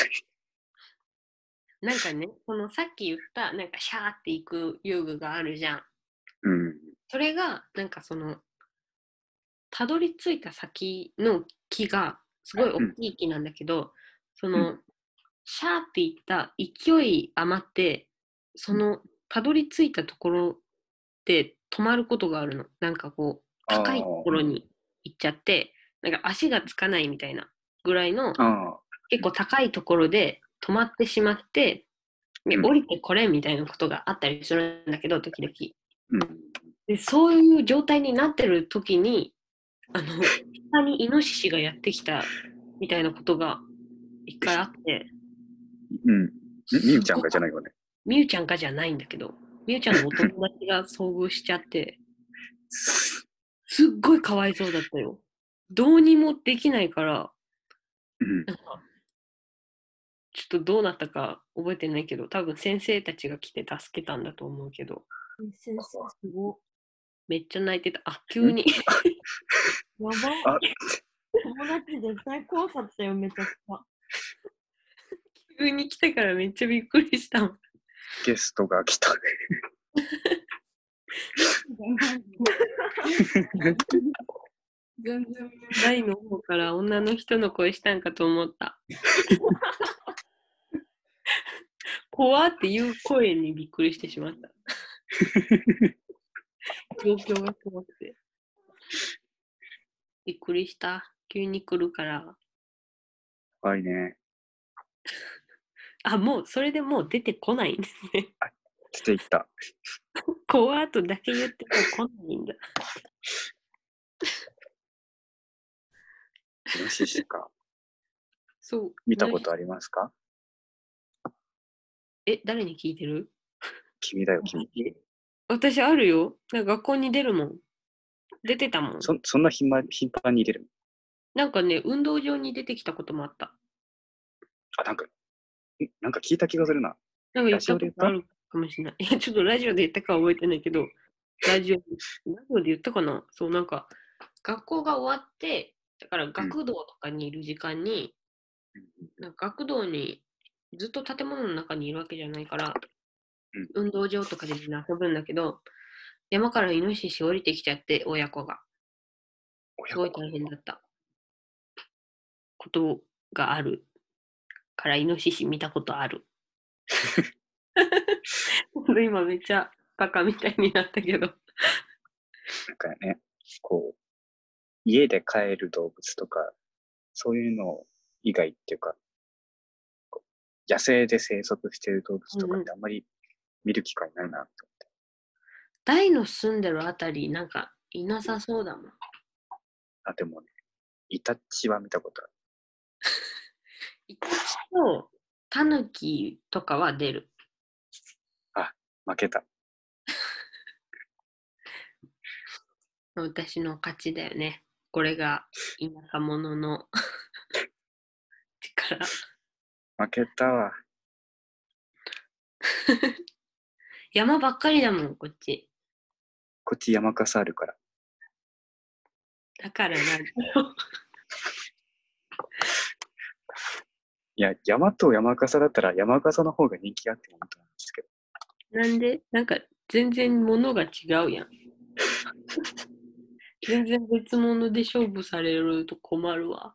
なんかね、このさっき言った、なんかシャーって行く遊具があるじゃん。うん。それが、なんかその、たどり着いた先の木が、すごい大きい木なんだけど、その、シャーって行った勢い余って、その、たどり着いたところで止まることがあるの。なんかこう、高いところに行っちゃって、なんか足がつかないみたいなぐらいの、ああ、結構高いところで止まってしまって、でうん降りてこれみたいなことがあったりするんだけど時々うん。でそういう状態になってる時にあの下にイノシシがやってきたみたいなことが一回あってうん。みみゆちゃんがじゃないよね。 みゆちゃんがじゃないんだけどみゆちゃんのお友達が遭遇しちゃってすっごいかわいそうだったよどうにもできないからうん。なんかちょっとどうなったか覚えてないけど、多分先生たちが来て助けたんだと思うけど、先生、すごっ。めっちゃ泣いてた。あ、急に。やばい。あ友達絶対怖かったよ、めちゃくちゃ。 急に来たからめっちゃびっくりしたもん。ゲストが来た。全然見大の方から女の人の声したんかと思った。怖っていう声にびっくりしてしまった。状況が怖くて。びっくりした。急に来るから。怖いね。あ、もう、それでもう出てこないんですね。来ていった。怖っとだけ言っても来ないんだ。イノシシか。そう。見たことありますかえ、誰に聞いてる君だよ、君。私あるよ。なんか学校に出るもん。出てたもん。そそんな頻繁頻繁に出るなんかね、運動場に出てきたこともあった。あ、なんか、えなんか聞いた気がするな。なんか言ったラこジオで言っとたあるかもしれない。 いや、ちょっとラジオで言ったかは覚えてないけど、ラジオラジオで言ったかなそう、なんか、学校が終わって、だから学童とかにいる時間に、うんなんか学童にずっと建物の中にいるわけじゃないから、運動場とかでみんな遊ぶんだけど、山からイノシシ降りてきちゃって、親子が。すごい大変だったことがあるからイノシシ見たことある。ほんと今めっちゃバカみたいになったけど。なんかね、こう、家で飼える動物とか、そういうの以外っていうか、こう野生で生息している動物とかうんうっんてあんまり見る機会ないなと大の住んでるあたりなんかいなさそうだもん。思って。あ、でもね、イタチは見たことある。イタチとタヌキとかは出る。負けた。私の勝ちだよね。これが田舎者の 力。負けたわ。山ばっかりだもん、こっち。こっち山笠あるから。だからなんだろういや、山と山笠だったら山笠の方が人気があってもいいと思うんですけど。なんでなんか全然物が違うやん。全然別物で勝負されると困るわ。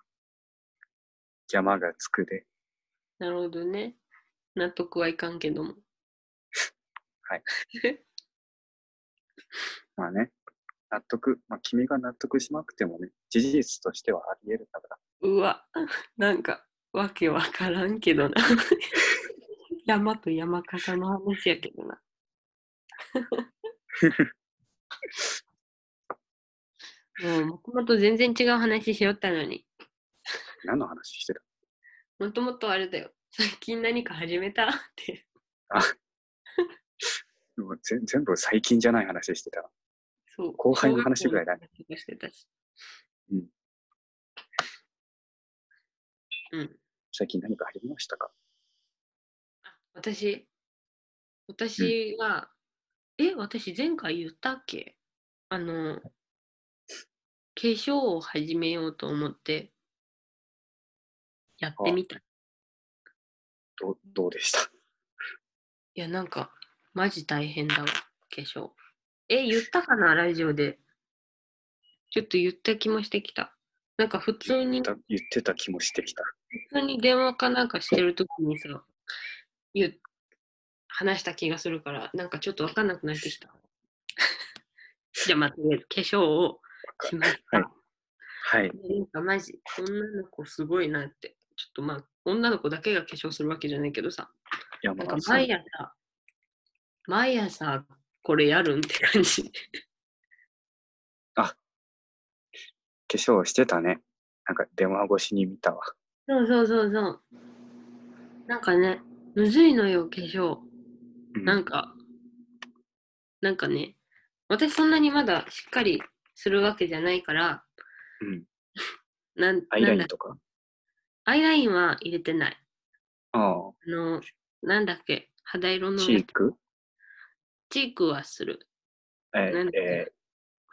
山がつくで。なるほどね。納得はいかんけども。まあね、納得、まあ君が納得しなくてもね、事実としてはあり得るから。うわ、なんかわけわからんけどな。山と山笠の話やけどな。もうもともと全然違う話しよったのに。何の話してたもともとあれだよ。最近何か始めたって。もうぜ全部最近じゃない話してた。そう後輩の話ぐらいだね。小学校の話とかしてたし最近何か始めましたか私、私は、え、私前回言ったっけあの、化粧を始めようと思って、やってみた。いどうどうでしたや、なんか、マジ大変だわ、化粧。え、言ったかな、ラジオで。ちょっと言った気もしてきた。なんか普通に、だ言ってた気もしてきた。普通に電話かなんかしてるときにさ、言う話した気がするから、なんかちょっとわかんなくなって きた。じゃあ、まあとりあえず化粧をしました。はいはい。でなんかマジ、女の子すごいなって。ちょっとまあ、女の子だけが化粧するわけじゃないけどさ、いや、なんまかあ、そう毎朝、毎朝これやるんって感じ。化粧してたね。なんか電話越しに見たわ。そうそうそうそう。なんかね、むずいのよ、化粧。うんなんか、なんかね、私そんなにまだしっかりするわけじゃないから、うん。 なんアイラなイんンだとかアイラインは入れてない。ああの、なんだっけ、肌色あ、のチやーつクチークはする。えなんだっけえ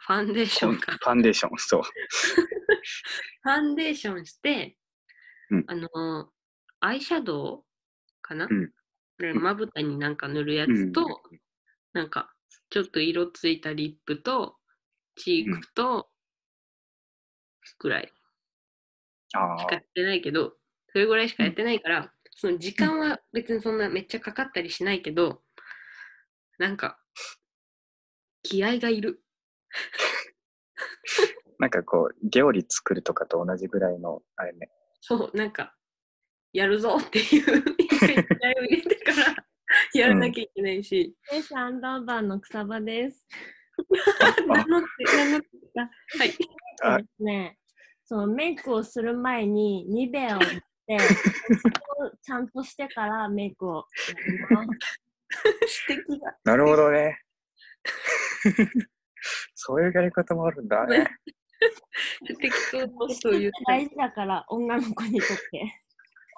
ファンデーーシコョンンか。ファンデーション、そう。ファンデーションして、うんあの、アイシャドウかな、うんでうんまぶたになんか塗るやつと、うんなんか、ちょっと色ついたリップと、チークと、ぐらいあしあかや、ってないけど、それぐらいしかやってないから、その時間は別にそんなめっちゃかかったりしないけど、なんか、気合がいる。なんかこう、料理作るとかと同じぐらいの、あれね、そう、なんか、やるぞっていう、 一回気合を入れてから、 やらなきゃいけないし、弊社アンダーバーの草場です。名乗って、名乗ってた。はい。あですね、そのメイクをする前にニベアを塗って、そこをちゃんとしてからメイクをやります。指摘が。なるほどね。 そういうやり方もあるんだね。適当なことを 言ってた大事だから、女の子にとって。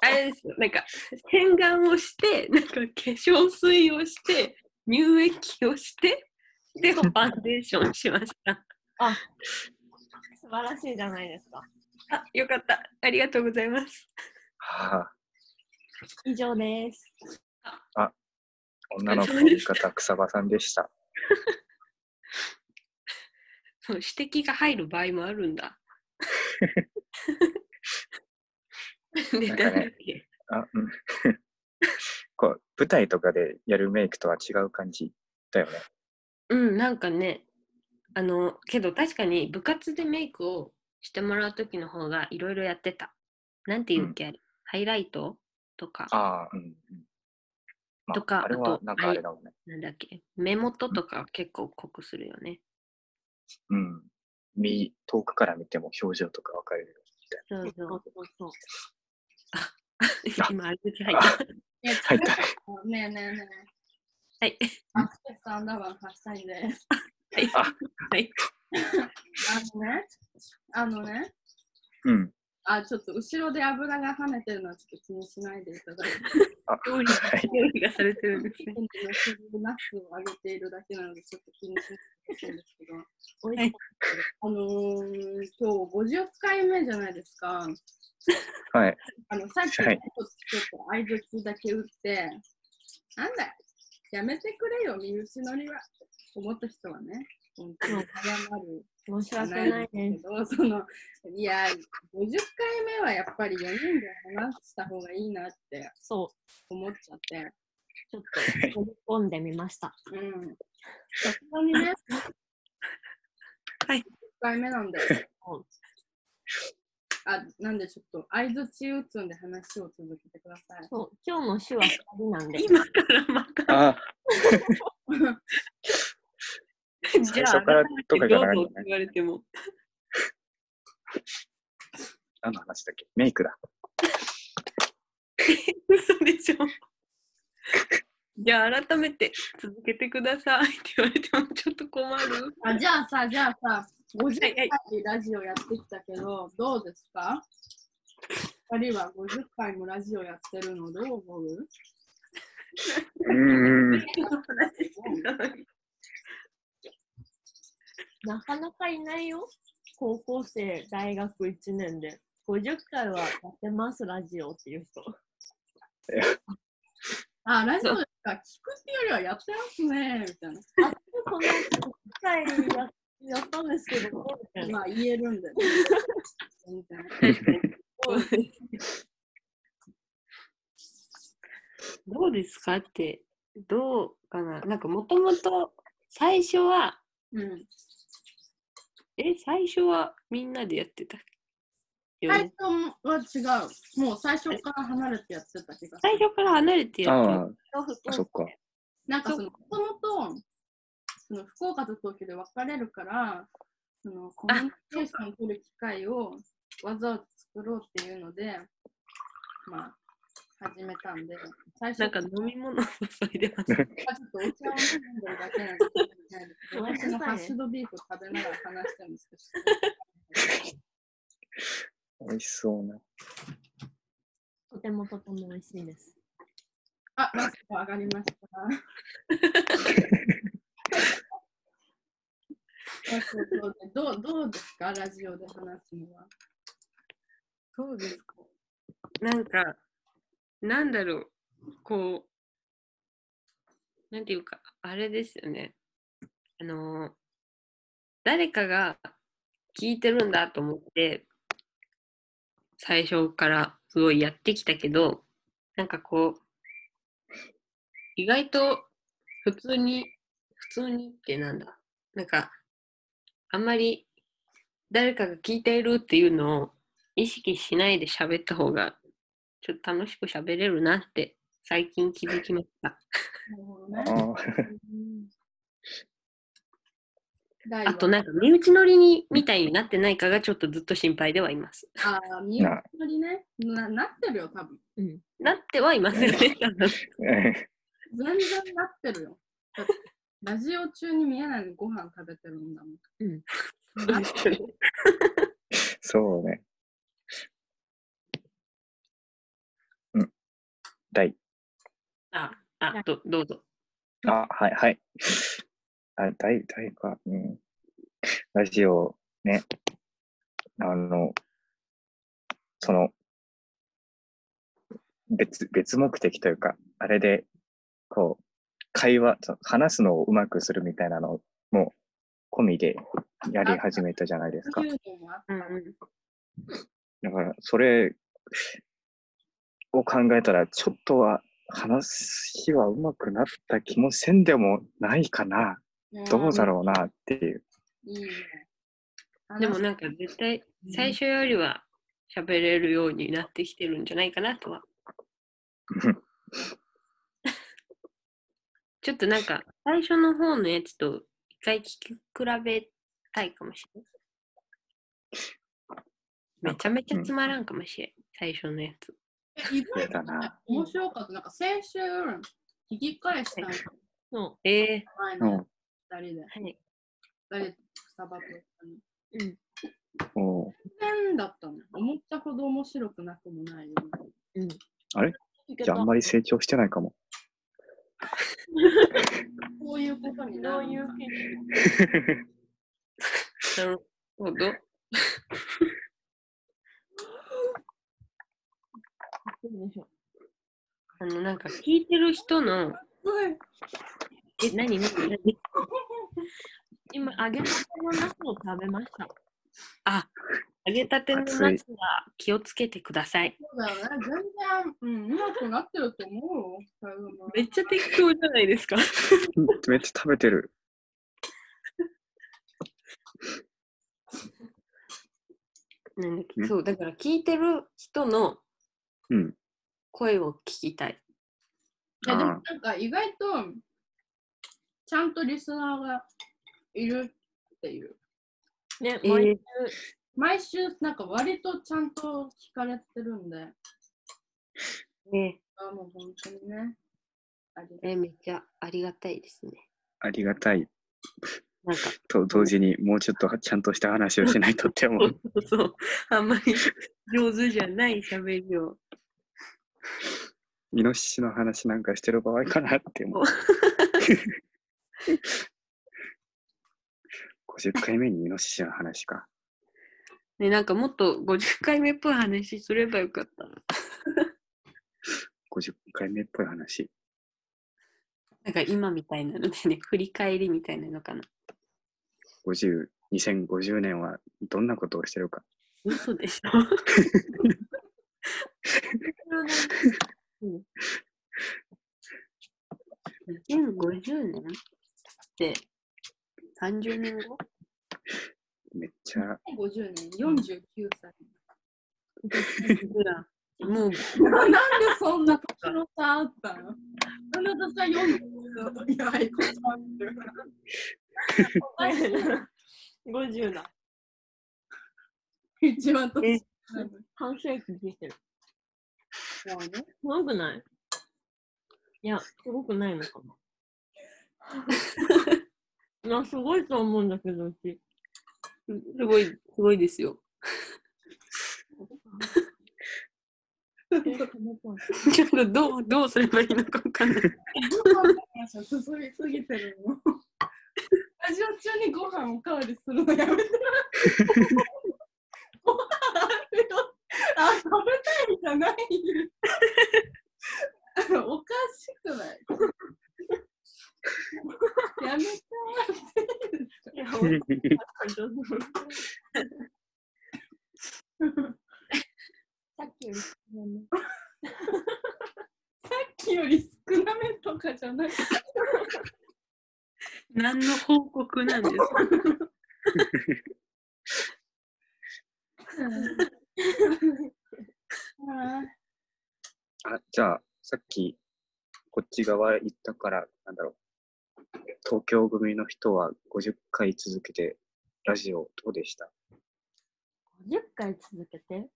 あれですよ、なんか洗顔をして、なんか化粧水をして、乳液をして、で、ファンデーションしました。素晴らしいじゃないですか。あ、よかった。ありがとうございます。はあ、以上です。女の子の言い方、草場さんでした。そう指摘が入る場合もあるん だ。で、なんなんかねだっけあうん こう舞台とかでやるメイクとは違う感じだよね。うん、なんかね、あの、けど確かに部活でメイクをしてもらうときの方がいろいろやってた。なんていうっけ、あれハイライトとか。ああ、うんうん。まあ、とかあれあはとなんかあれだもんね。なんだっけ目元とか結構濃くするよね。うん。み遠くから見ても表情とかわ かるよそうそそうう。そうそう。あ 今、あれだけう入っにあた。ねえ、入った疲れたからねえねえねえ。はい。アスペックアンダーバー貸したいです。はいあはい。あのね、あのね、うん。あ、ちょっと後ろで油が跳ねてるのはちょっと気にしないでいただいて、あ、料理がはい。料理がされてるんですキッねチ。ンでのナスを揚げているだけなので、ちょっと気にしないったんですけど、美味しかっあのー、今日50回目じゃないですか。はい。あの、さっきはいちょっと相づだけ打って、なんだよやめてくれよ、身内乗りは。思った人はね、本当に謝る。た。申し訳ないです。ど、そのいや、50回目はやっぱり4人で話した方がいいなってそ思っちゃって、う、ちょっと取り込んでみました。うん。さすがにね、はい50回目なんで、 そうあ、なんでちょっと、相づち打つんで話を続けてください。そう今日の週は2人なんで、今からまた、あ じゃあ、最初からとかじゃないどうのぞね言われても。 何の話だっけメイ クだ。嘘でしょ。 じゃあ、改めて続けてくださいって言われてもちょっと困 る。 あじゃあさ、じゃあさ、50はいはい回ラジオやってきたけど、どうですか二人は50回もラジオやってるのどう思ううーん。なかなかいないよ。高校生、大学1年で。50回はやってます、ラジオっていう人。あ、ラジオですか聞くっていうよりはやってますね、みたいな。あこの回ややったんですけど、どうみたいなまあ言えるん だよ。みたいな。どうですかって、どうかな。なんかもともと最初は、うん。え、最初はみんなでやってたよね最初は違う。もう最初から離れてやってた気がす最る。初から離れてやってああ、そっか。なんかその、もともと、その福岡と東京で別れるから、そのコミュニケーションを取る機会をわざわざ作ろうっていうので、まあ、始めたんで、最初なんかちょっ飲み物を注いでます。はとお茶を飲んでるだけなんで すけど、ごめんなさい私のハッ シュドビーフ食べながら話してるんですけど。美味しそうな。とてもとても美味しいです。あ、マスク上がり ました。マスクどうでどうどうですか、ラジオで話すのは。そうですか。なんか、なんだろう、こう、なんていうか、あれですよね。あのー、誰かが聞いてるんだと思って、最初からすごいやってきたけど、なんかこう、意外と普通に、普通にってなんだ、なんか、あんまり誰かが聞いているっていうのを意識しないで喋った方が、ちょっと楽しく喋れるなって、最近気づきました。なるほあどね。あ、うん第あと、なんか、身内乗りにみたいになってないかが、ちょっとずっと心配ではいます。あー、身寄りねな、なってるよ、多分うん。なってはいませんね。多分全然なってるよ。だってラジオ中に見えないのにご飯食べてるんだもん。そうですよねそうね。うん。第あ、あどどうぞ。あ、はい、はい。あ、大、大か、うん。ラジオ、ね。あの、その、別、別目的というか、あれで、こう、会話、その話すのをうまくするみたいなのも、込みでやり始めたじゃないですかそう。いうのもあったうんうだから、それを考えたら、ちょっとは話す日はうまくなった気もせんでもないかな。どうだろうなっていう。うんいいね。ん、でも、ね、なんか、絶対、最初よりは喋れるようになってきてるんじゃないかなとは。ちょっとなんか、最初の方のやつと、一回聞き比べたいかもしれない。めちゃめちゃつまらんかもしれん、最初のやつ。意そ外うとだな。面白かった。なんか先週、聞き返したのそえ前うの ん。二人で、ー、はい。二人でスタバと行ったの。う。うん。おう全然だったの。思ったほど面白くなくもないよ。うん。あれいけじたゃあ、あんまり成長してないかも。そういうことになどうるのかいう経験なるほど。でしょあの、なんか聞いてる人の、うんえ、何何何今、揚げたてのナスを食べました。あ、揚げたてのナス熱いは気をつけてください。そうだよね。全然、うん、うまくなってると思うよ。多分めっちゃ適当じゃないですか。めっちゃ食べてる。なんだっんけそう、だから聞いてる人のうん。声を聞きたい。いやでもなんか意外とちゃんとリスナーがいるっていう。ね、えー毎週毎週なんか割とちゃんと聞かれてるんで、ねあもう本当にね。ありえ、めっちゃありがたいですね。ありがたいなんか、と同時に、もうちょっとちゃんとした話をしないとって思う。そう、あんまり上手じゃない喋りを。イノシシの話なんかしてる場合かなって思う。50回目にイノシシの話か。ね、なんかもっと50回目っぽい話すればよかった。 50回目っぽい話。なんか今みたいなのでね、振り返りみたいなのかな。 50、2050年はどんなことをしてるか。嘘でしょ ?2050 年って30年後めっちゃ、がとう。50年、49歳。ぐらいもうなんでそんな年の差あったのそんな年は49いや、いこちゃんっていう 50だ。一番年下なのに。半世紀生きてる。そうね。すごくないいや、すごくないのか な。いや、すごいと思うんだけど、うち。 すごい、すごいですよ。ちょっとどう、どうすればいいのかわかんない。進みすぎてるの。ラジオ中にご飯おかわりするのやめて。ご飯あるよ。あ、食べたいじゃない。あのおかしく ない。やめて。いや、さっきよりさっきより少なめとかじゃない。何の報告なんですかあ、じゃあ、さっき、こっち側行ったから、なんだろう。東京組の人は50回続けて、ラジオどうでした50回続けて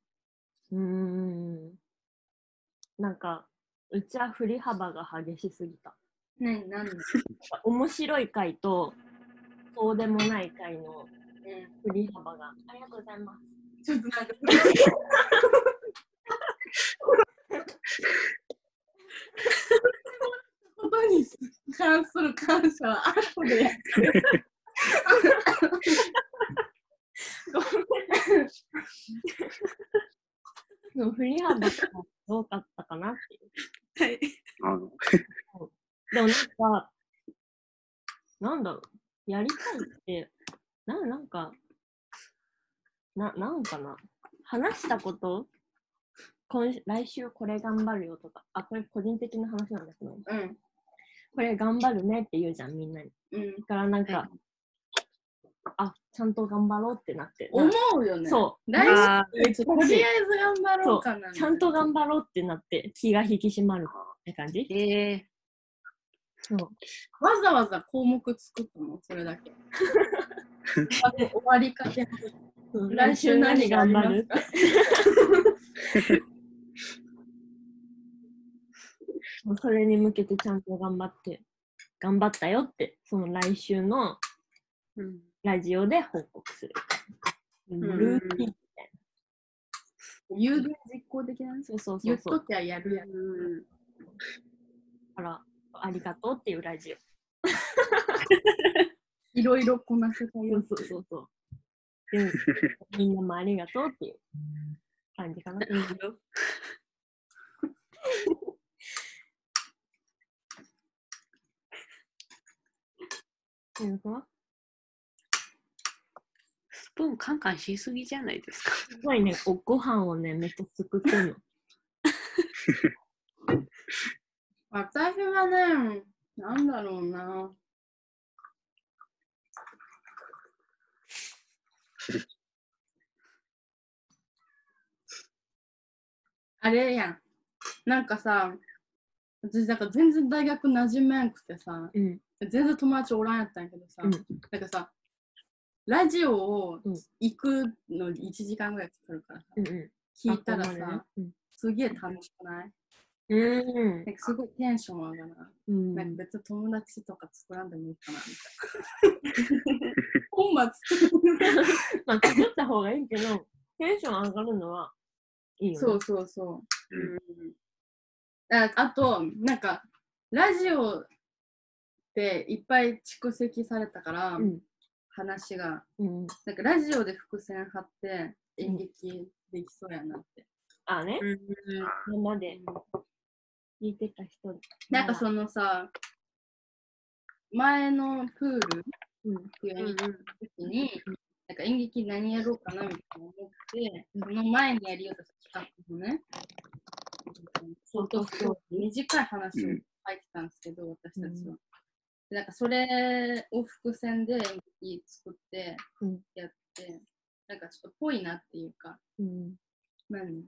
うーん。なんか、うちは振り幅が激しすぎた。何何の、面白い回と、そうでもない回のう振り幅が。ありがとうございます。ん、ちょっとなんか。ことに関する感謝は後でやる。でも振り幅がどうだったかなってはいう。い。あの、でもなんか、なんだろう、やりたいって、ななんか、な、なんかな、話したこと今週来週これ頑張るよとか、あ、これ個人的な話なんだけど、うん。これ頑張るねって言うじゃん、みんなに。うん、だからなんか、あ、ちゃんと頑張ろうってなって。思うよね。。そうう。来あ週、とりあえず頑張ろうかな。ちゃんと頑張ろうってなって、気が引き締まるって感じー、えそう。わざわざ項目作ったの、それだ け。あと終わりかけ。うん来週何がありますかもうそれに向けてちゃんと頑張って、頑張ったよって、その来週のー、ラジオで報告する。うんうんルーティン。有言実行的なそうそうそ言うっそう。ときゃやるやん。うんだから、ありがとうっていうラジオ。いろいろこなせたそよう。そうそうそう。でもみんなもありがとうっていう感じかな。うんゆうくん はスプーンカンカンしすぎじゃないですか。すごいね、おご飯をね、めっちゃすくってんの。私はね、なんだろうな。あれやん。なんかさ、私なんか全然大学馴染めんくてさ、うん。全然友達おらんやったんやけどさ、うんなんかさ、ラジオをうん行くのに1時間ぐらいかかるからさ、うんう聞ん。いたらあほんさま、にねすげえ楽しくないうん。なんかすごいテンション上がるな。うん。なんか別に友達とか作らんでもいいかな みたいな。本末転倒まあ、作った方がいいけど、テンション上がるのはいいよね。そうそうそう。うん、ああと、なんか、ラジオっていっぱい蓄積されたから、うん。話が。うん。なんかラジオで伏線張って演劇できそうやなって。あね、今まで聞いてた人なんかそのさ、前のプールうん。っていう演劇時に、なんか演劇何やろうかなみたいな思って、その前にやりようとした企画のね、相当そう。短い話をう書いんてたんですけど、私たちは。でなんかそれを伏線で演劇作ってうんやって、なんかちょっとぽいなっていうか、うん。何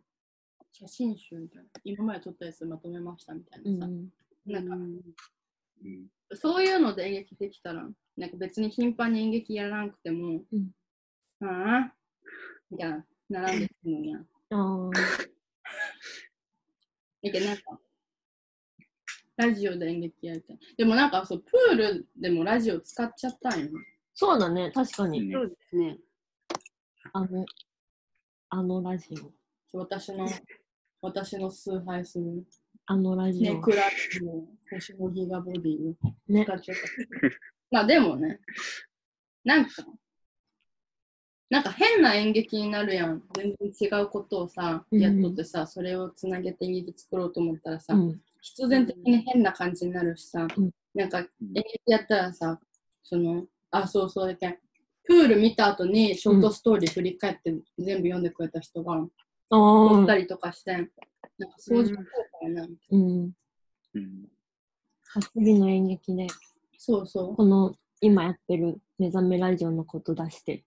写真集みたいな。今まで撮ったやつまとめましたみたいうなさ。ん。なんかうんそういうので演劇できたら、なんか別に頻繁に演劇やらなくても、うんああ、みたいな、並んでくるのやん。ああ。いけなんか、ラジオで演劇やりたい。でもなんかそう、プールでもラジオ使っちゃったんよね。そうだね、確かに。そうですね。あの、あのラジオ。私の、私の崇拝する、あのラジね、オ。クラッの星5ギガボディをね使っちゃった。まあでもね、なんか、なんか変な演劇になるやん。全然違うことをさ、うんやっとってさ、それをつなげて演劇作ろうと思ったらさ、うん。必然的に変な感じになるしさ、うんなんか演劇やったらさ、その、あ、そうそうやけん。プール見た後にショートストーリー振り返って全部読んでくれた人があおっあた。りとかして、なんか相乗効果やな、うん。うん次の演劇で、そうそう。この今やってる目覚めラジオのこと出して、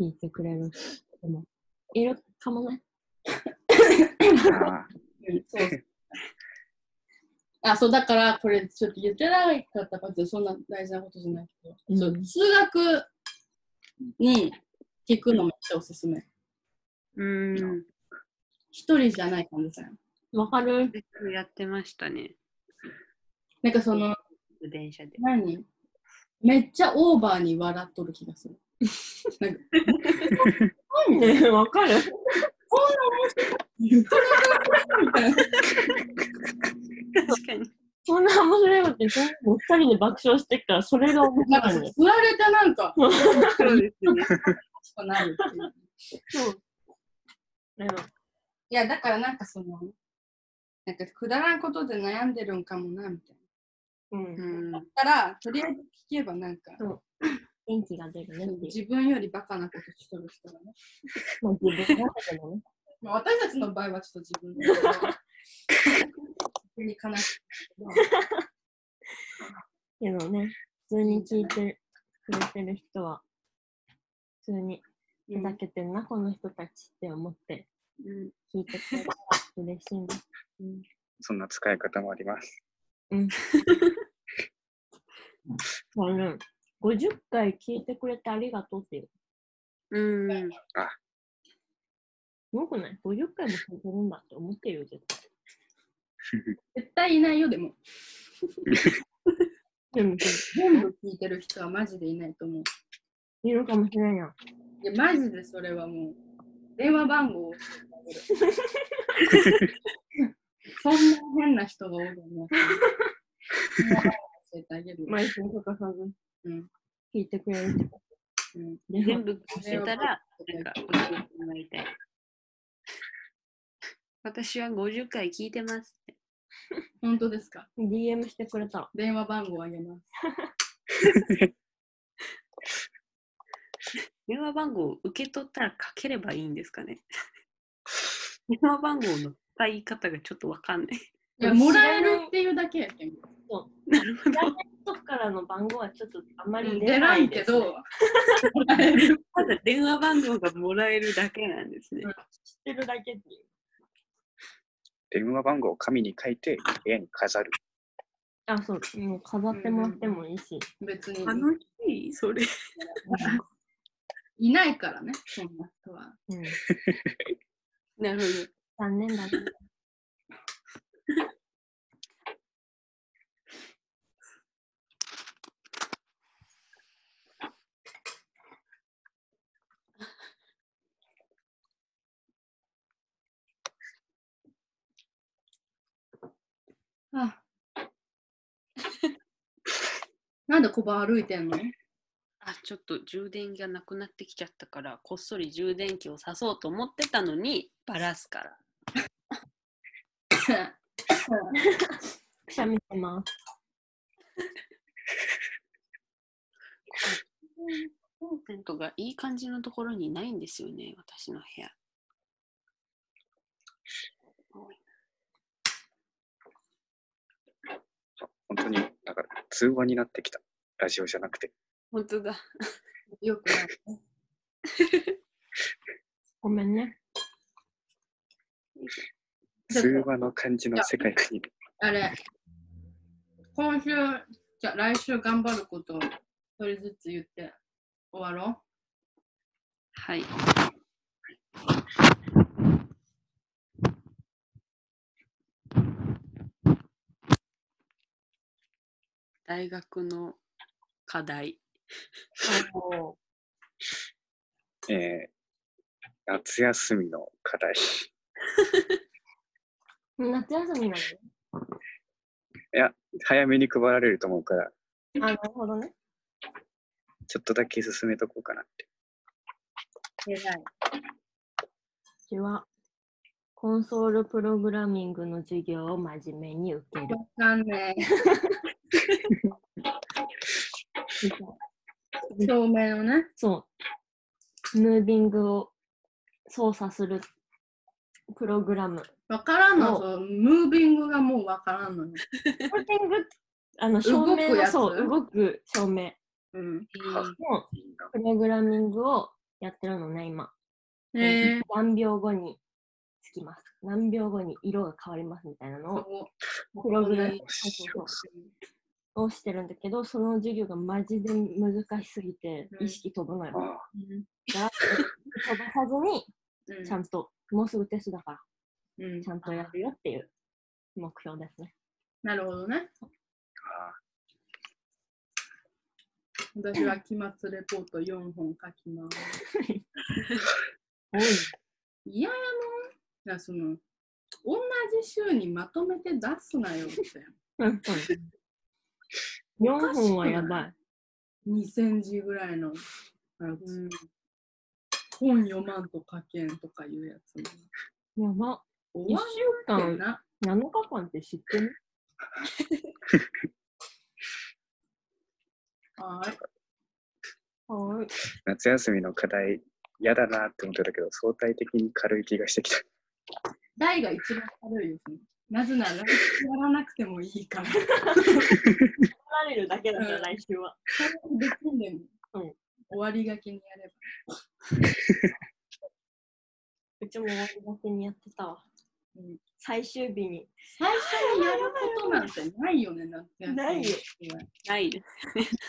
聞いてくれる人もいるかもね。あうんそうそう あ、そう、だから、これ、ちょっと言ってなかったかって、そんな大事なことじゃないけど、うんそう数学に聞くのめっちゃおすすめ。うん。一人じゃない感じじゃん。わかるやってましたね。なんかその、電車で。何めっちゃオーバーに笑っとる気がする。 なんか、ね わかるみたいな確かに。そんな面白いこと言ってないもう二人で爆笑してっから、それが面なんか白いね。振られてなんか、そうですね。しかなるっていう。そう。でもいや、だからなんかその、なんかくだらんことで悩んでるんかもな、みたいな。うんうん。だから、とりあえず聞けばなんか、元気が出るねっていう。自分よりバカなことしとる人がね。まあ、自分なんだけどね。まあ、私たちの場合はちょっと自分だけど逆に悲しいけど。けどね、普通に聞いてくれてる人は、普通にふざけてんな、この人たちって思ってうん聞いてくれたら嬉しいね。そんな使い方もあります。まあね、50回聞いてくれてありがとうっていう。うん。すごくない ?50 回も聞いてるんだって思ってるよ、絶対。絶対いないよ、でも。でも、全部聞いてる人はマジでいないと思う。いるかもしれんやん。いや、マジでそれはもう、電話番号を教えてあげる。そんな変な人が多いよね。教えてあげる。毎週欠かさずうん。聞いてくれるってこうん、とね。全部教えたら、なんか教えてもらいたい。私は50回聞いてます。本当ですか DM してくれたら。電話番号あげます。電話番号を受け取ったらかければいいんです かね。電話番号の使い方がちょっとわ かんない。いや、もらえるっていうだけやけん。とからの番号はちょっとあんまり出ないけですねど、もらえる。ただ電話番号がもらえるだけなんですね。知ってるだけっていう。電話番号を紙に書いて部屋に飾る。あ、そう、もう飾ってもらってもいいし。別に。楽しいそれ。いないからね、そんな人は。うん。なるほど。残念だね。あなんで小バ歩いてんのあ、ちょっと充電がなくなってきちゃったから、こっそり充電器を挿そうと思ってたのに、バラすから。くしゃみしてます。コンセントがいい感じのところにないんですよね、私の部屋。本当に、だから通話になってきた。ラジオじゃなくて。本当だ。よくない、ね。ごめんね。ちょっ通と話の感じの世界に。あれ、今週、じゃあ来週頑張ることを一人ずつ言って終わろはい。大学の課題。おえー夏休みの課題。いー夏休みなや、早めに配られると思うから、のあ、なるほどね。ちょっとだけ進めとこうかなって。う。偉い。うちは、コンソールプログラミングの授業を真面目に受ける。わかんねえ。照明のね。そう。ムービングを操作するプログラム。わからんの、おそうムービングがもうわからんのね。ムービングあの、照動明くやの、つそう、動く照明うん。のいいなプログラミングをやってるのね、今。えー、何秒後につきます。何秒後に色が変わりますみたいなのそをこ。プログラミング面白そをしてるんだけど、その授業がマジで難しすぎてうん意識飛ぶのよ。うだああうんから飛ばさずにうんちゃんと、もうすぐテストだからうんちゃんとやるよっていう目標ですね。なるほどね。あ私は期末レポート4本書きます。多いいややもん。いやその、同じ週にまとめて出すなよって。うんそうね4本はやばい。 2000字ぐらいのあのうん、本読まんと書けんとかいうやつも。やば。終1わ週んっ間てな。 7日間って知ってるああれかわいい。夏休みの課題、嫌だなって思ってたけど、相対的に軽い気がしてきた。 台が一番軽いよ。そのなぜなら、やらなくてもいいから。られるだけだから来週は。できんでも、うん終わりがけにやれば。うちも終わりがけにやってたわ。うん最終日に。最初にやることなんてないよね、夏休み。ないよないです。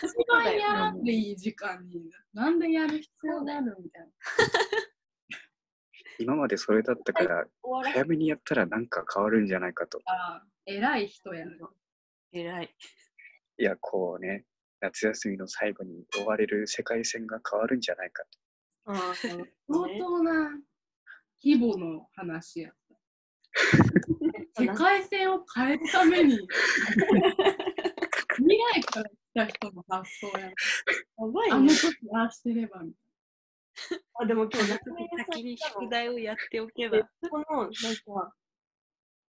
一番やらんでいい時間に、なんでやる必要があるみたいな。今までそれだったから、終わら早めにやったらなんか変わるんじゃないかと。ああ、偉い人やな。偉い。いや、こうね、夏休みの最後に終われる世界線が変わるんじゃないかと。あ相当な規模の話や。ー世界線を変えるために、未来から来た人の発想やな。ばいあねの時ああしてればみあ、でも今日夏目さん先に行ったの宿題をやっておけばで、そこの、なんか、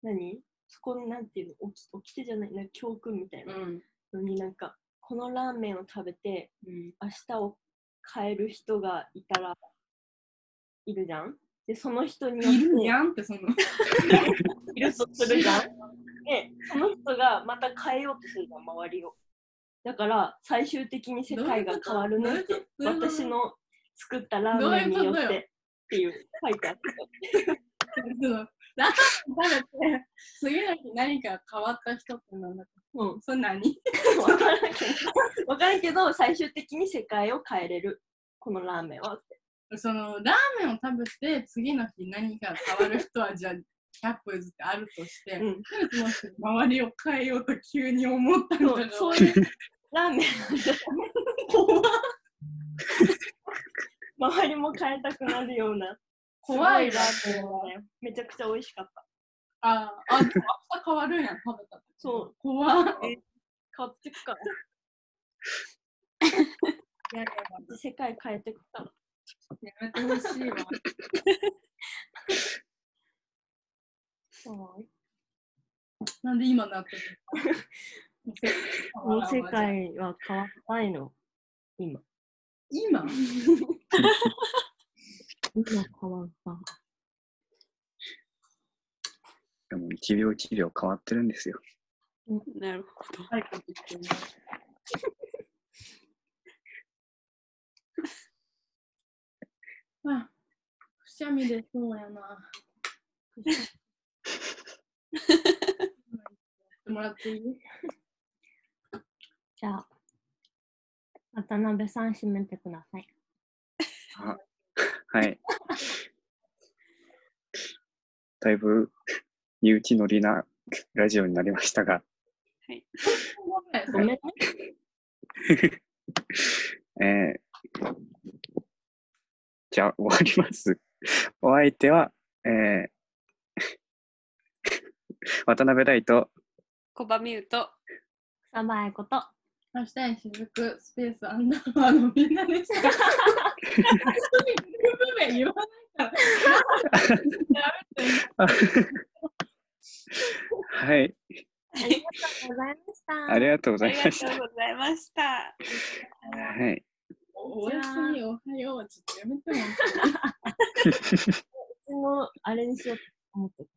何そこの、なんていうの、起き起きてじゃない、なんか教訓みたいたないな。うん。のになんか、このラーメンを食べて、うん。明日を変える人がいたら、いるじゃんで、その人によっいるてにゃんってその。いるとするじゃん。で、その人がまた変えようとするじゃん、周りを。だから、最終的に世界が変わるねって、どういうこと私の作ったラーメンによどういうっことてよっていう書いてあった。そのラーメン食べて、次の日何か変わった人ってなんだかうん、 それ何分からんけど、わからんけど、最終的に世界を変えれる、このラーメンはって。そのラーメンを食べて次の日何か変わる人はじゃあ100歩譲ってあるとして、うんその人周りを変えようと急に思 ったんだそうそういうラーメンなんだよ怖い 周りも変えたくなるような、怖いすラーごいラーメンはメンだよ。めちゃくちゃ美味しかった。ああでも明日変わるんやん食べた時そう怖い買ってくから。いやいや世界変えてくから。やめてほしいわそうなんで今なってるものう世界は変わらないの。今。今今変わらない。でも1秒1秒変わってるんですよ。なるほど。 はいこと言ってるあくしゃみでそうやなもらっていいじゃあ、渡辺さん閉めてください。はい。だいぶ身内乗りなラジオになりましたが、ごめんね。えー、じゃあ終わります。お相手は、えー、渡辺大と、コバミュート。草場愛こと。明日に雫スペースアンダーバーのみんなで した。グループ名言わないから。やめてはい、ありがとうございました。ありがとうありがとうござございました。はいました。い。おやすみ、おはよう。ちょっとやめてもらっていいうちのあれにしようと思ってた。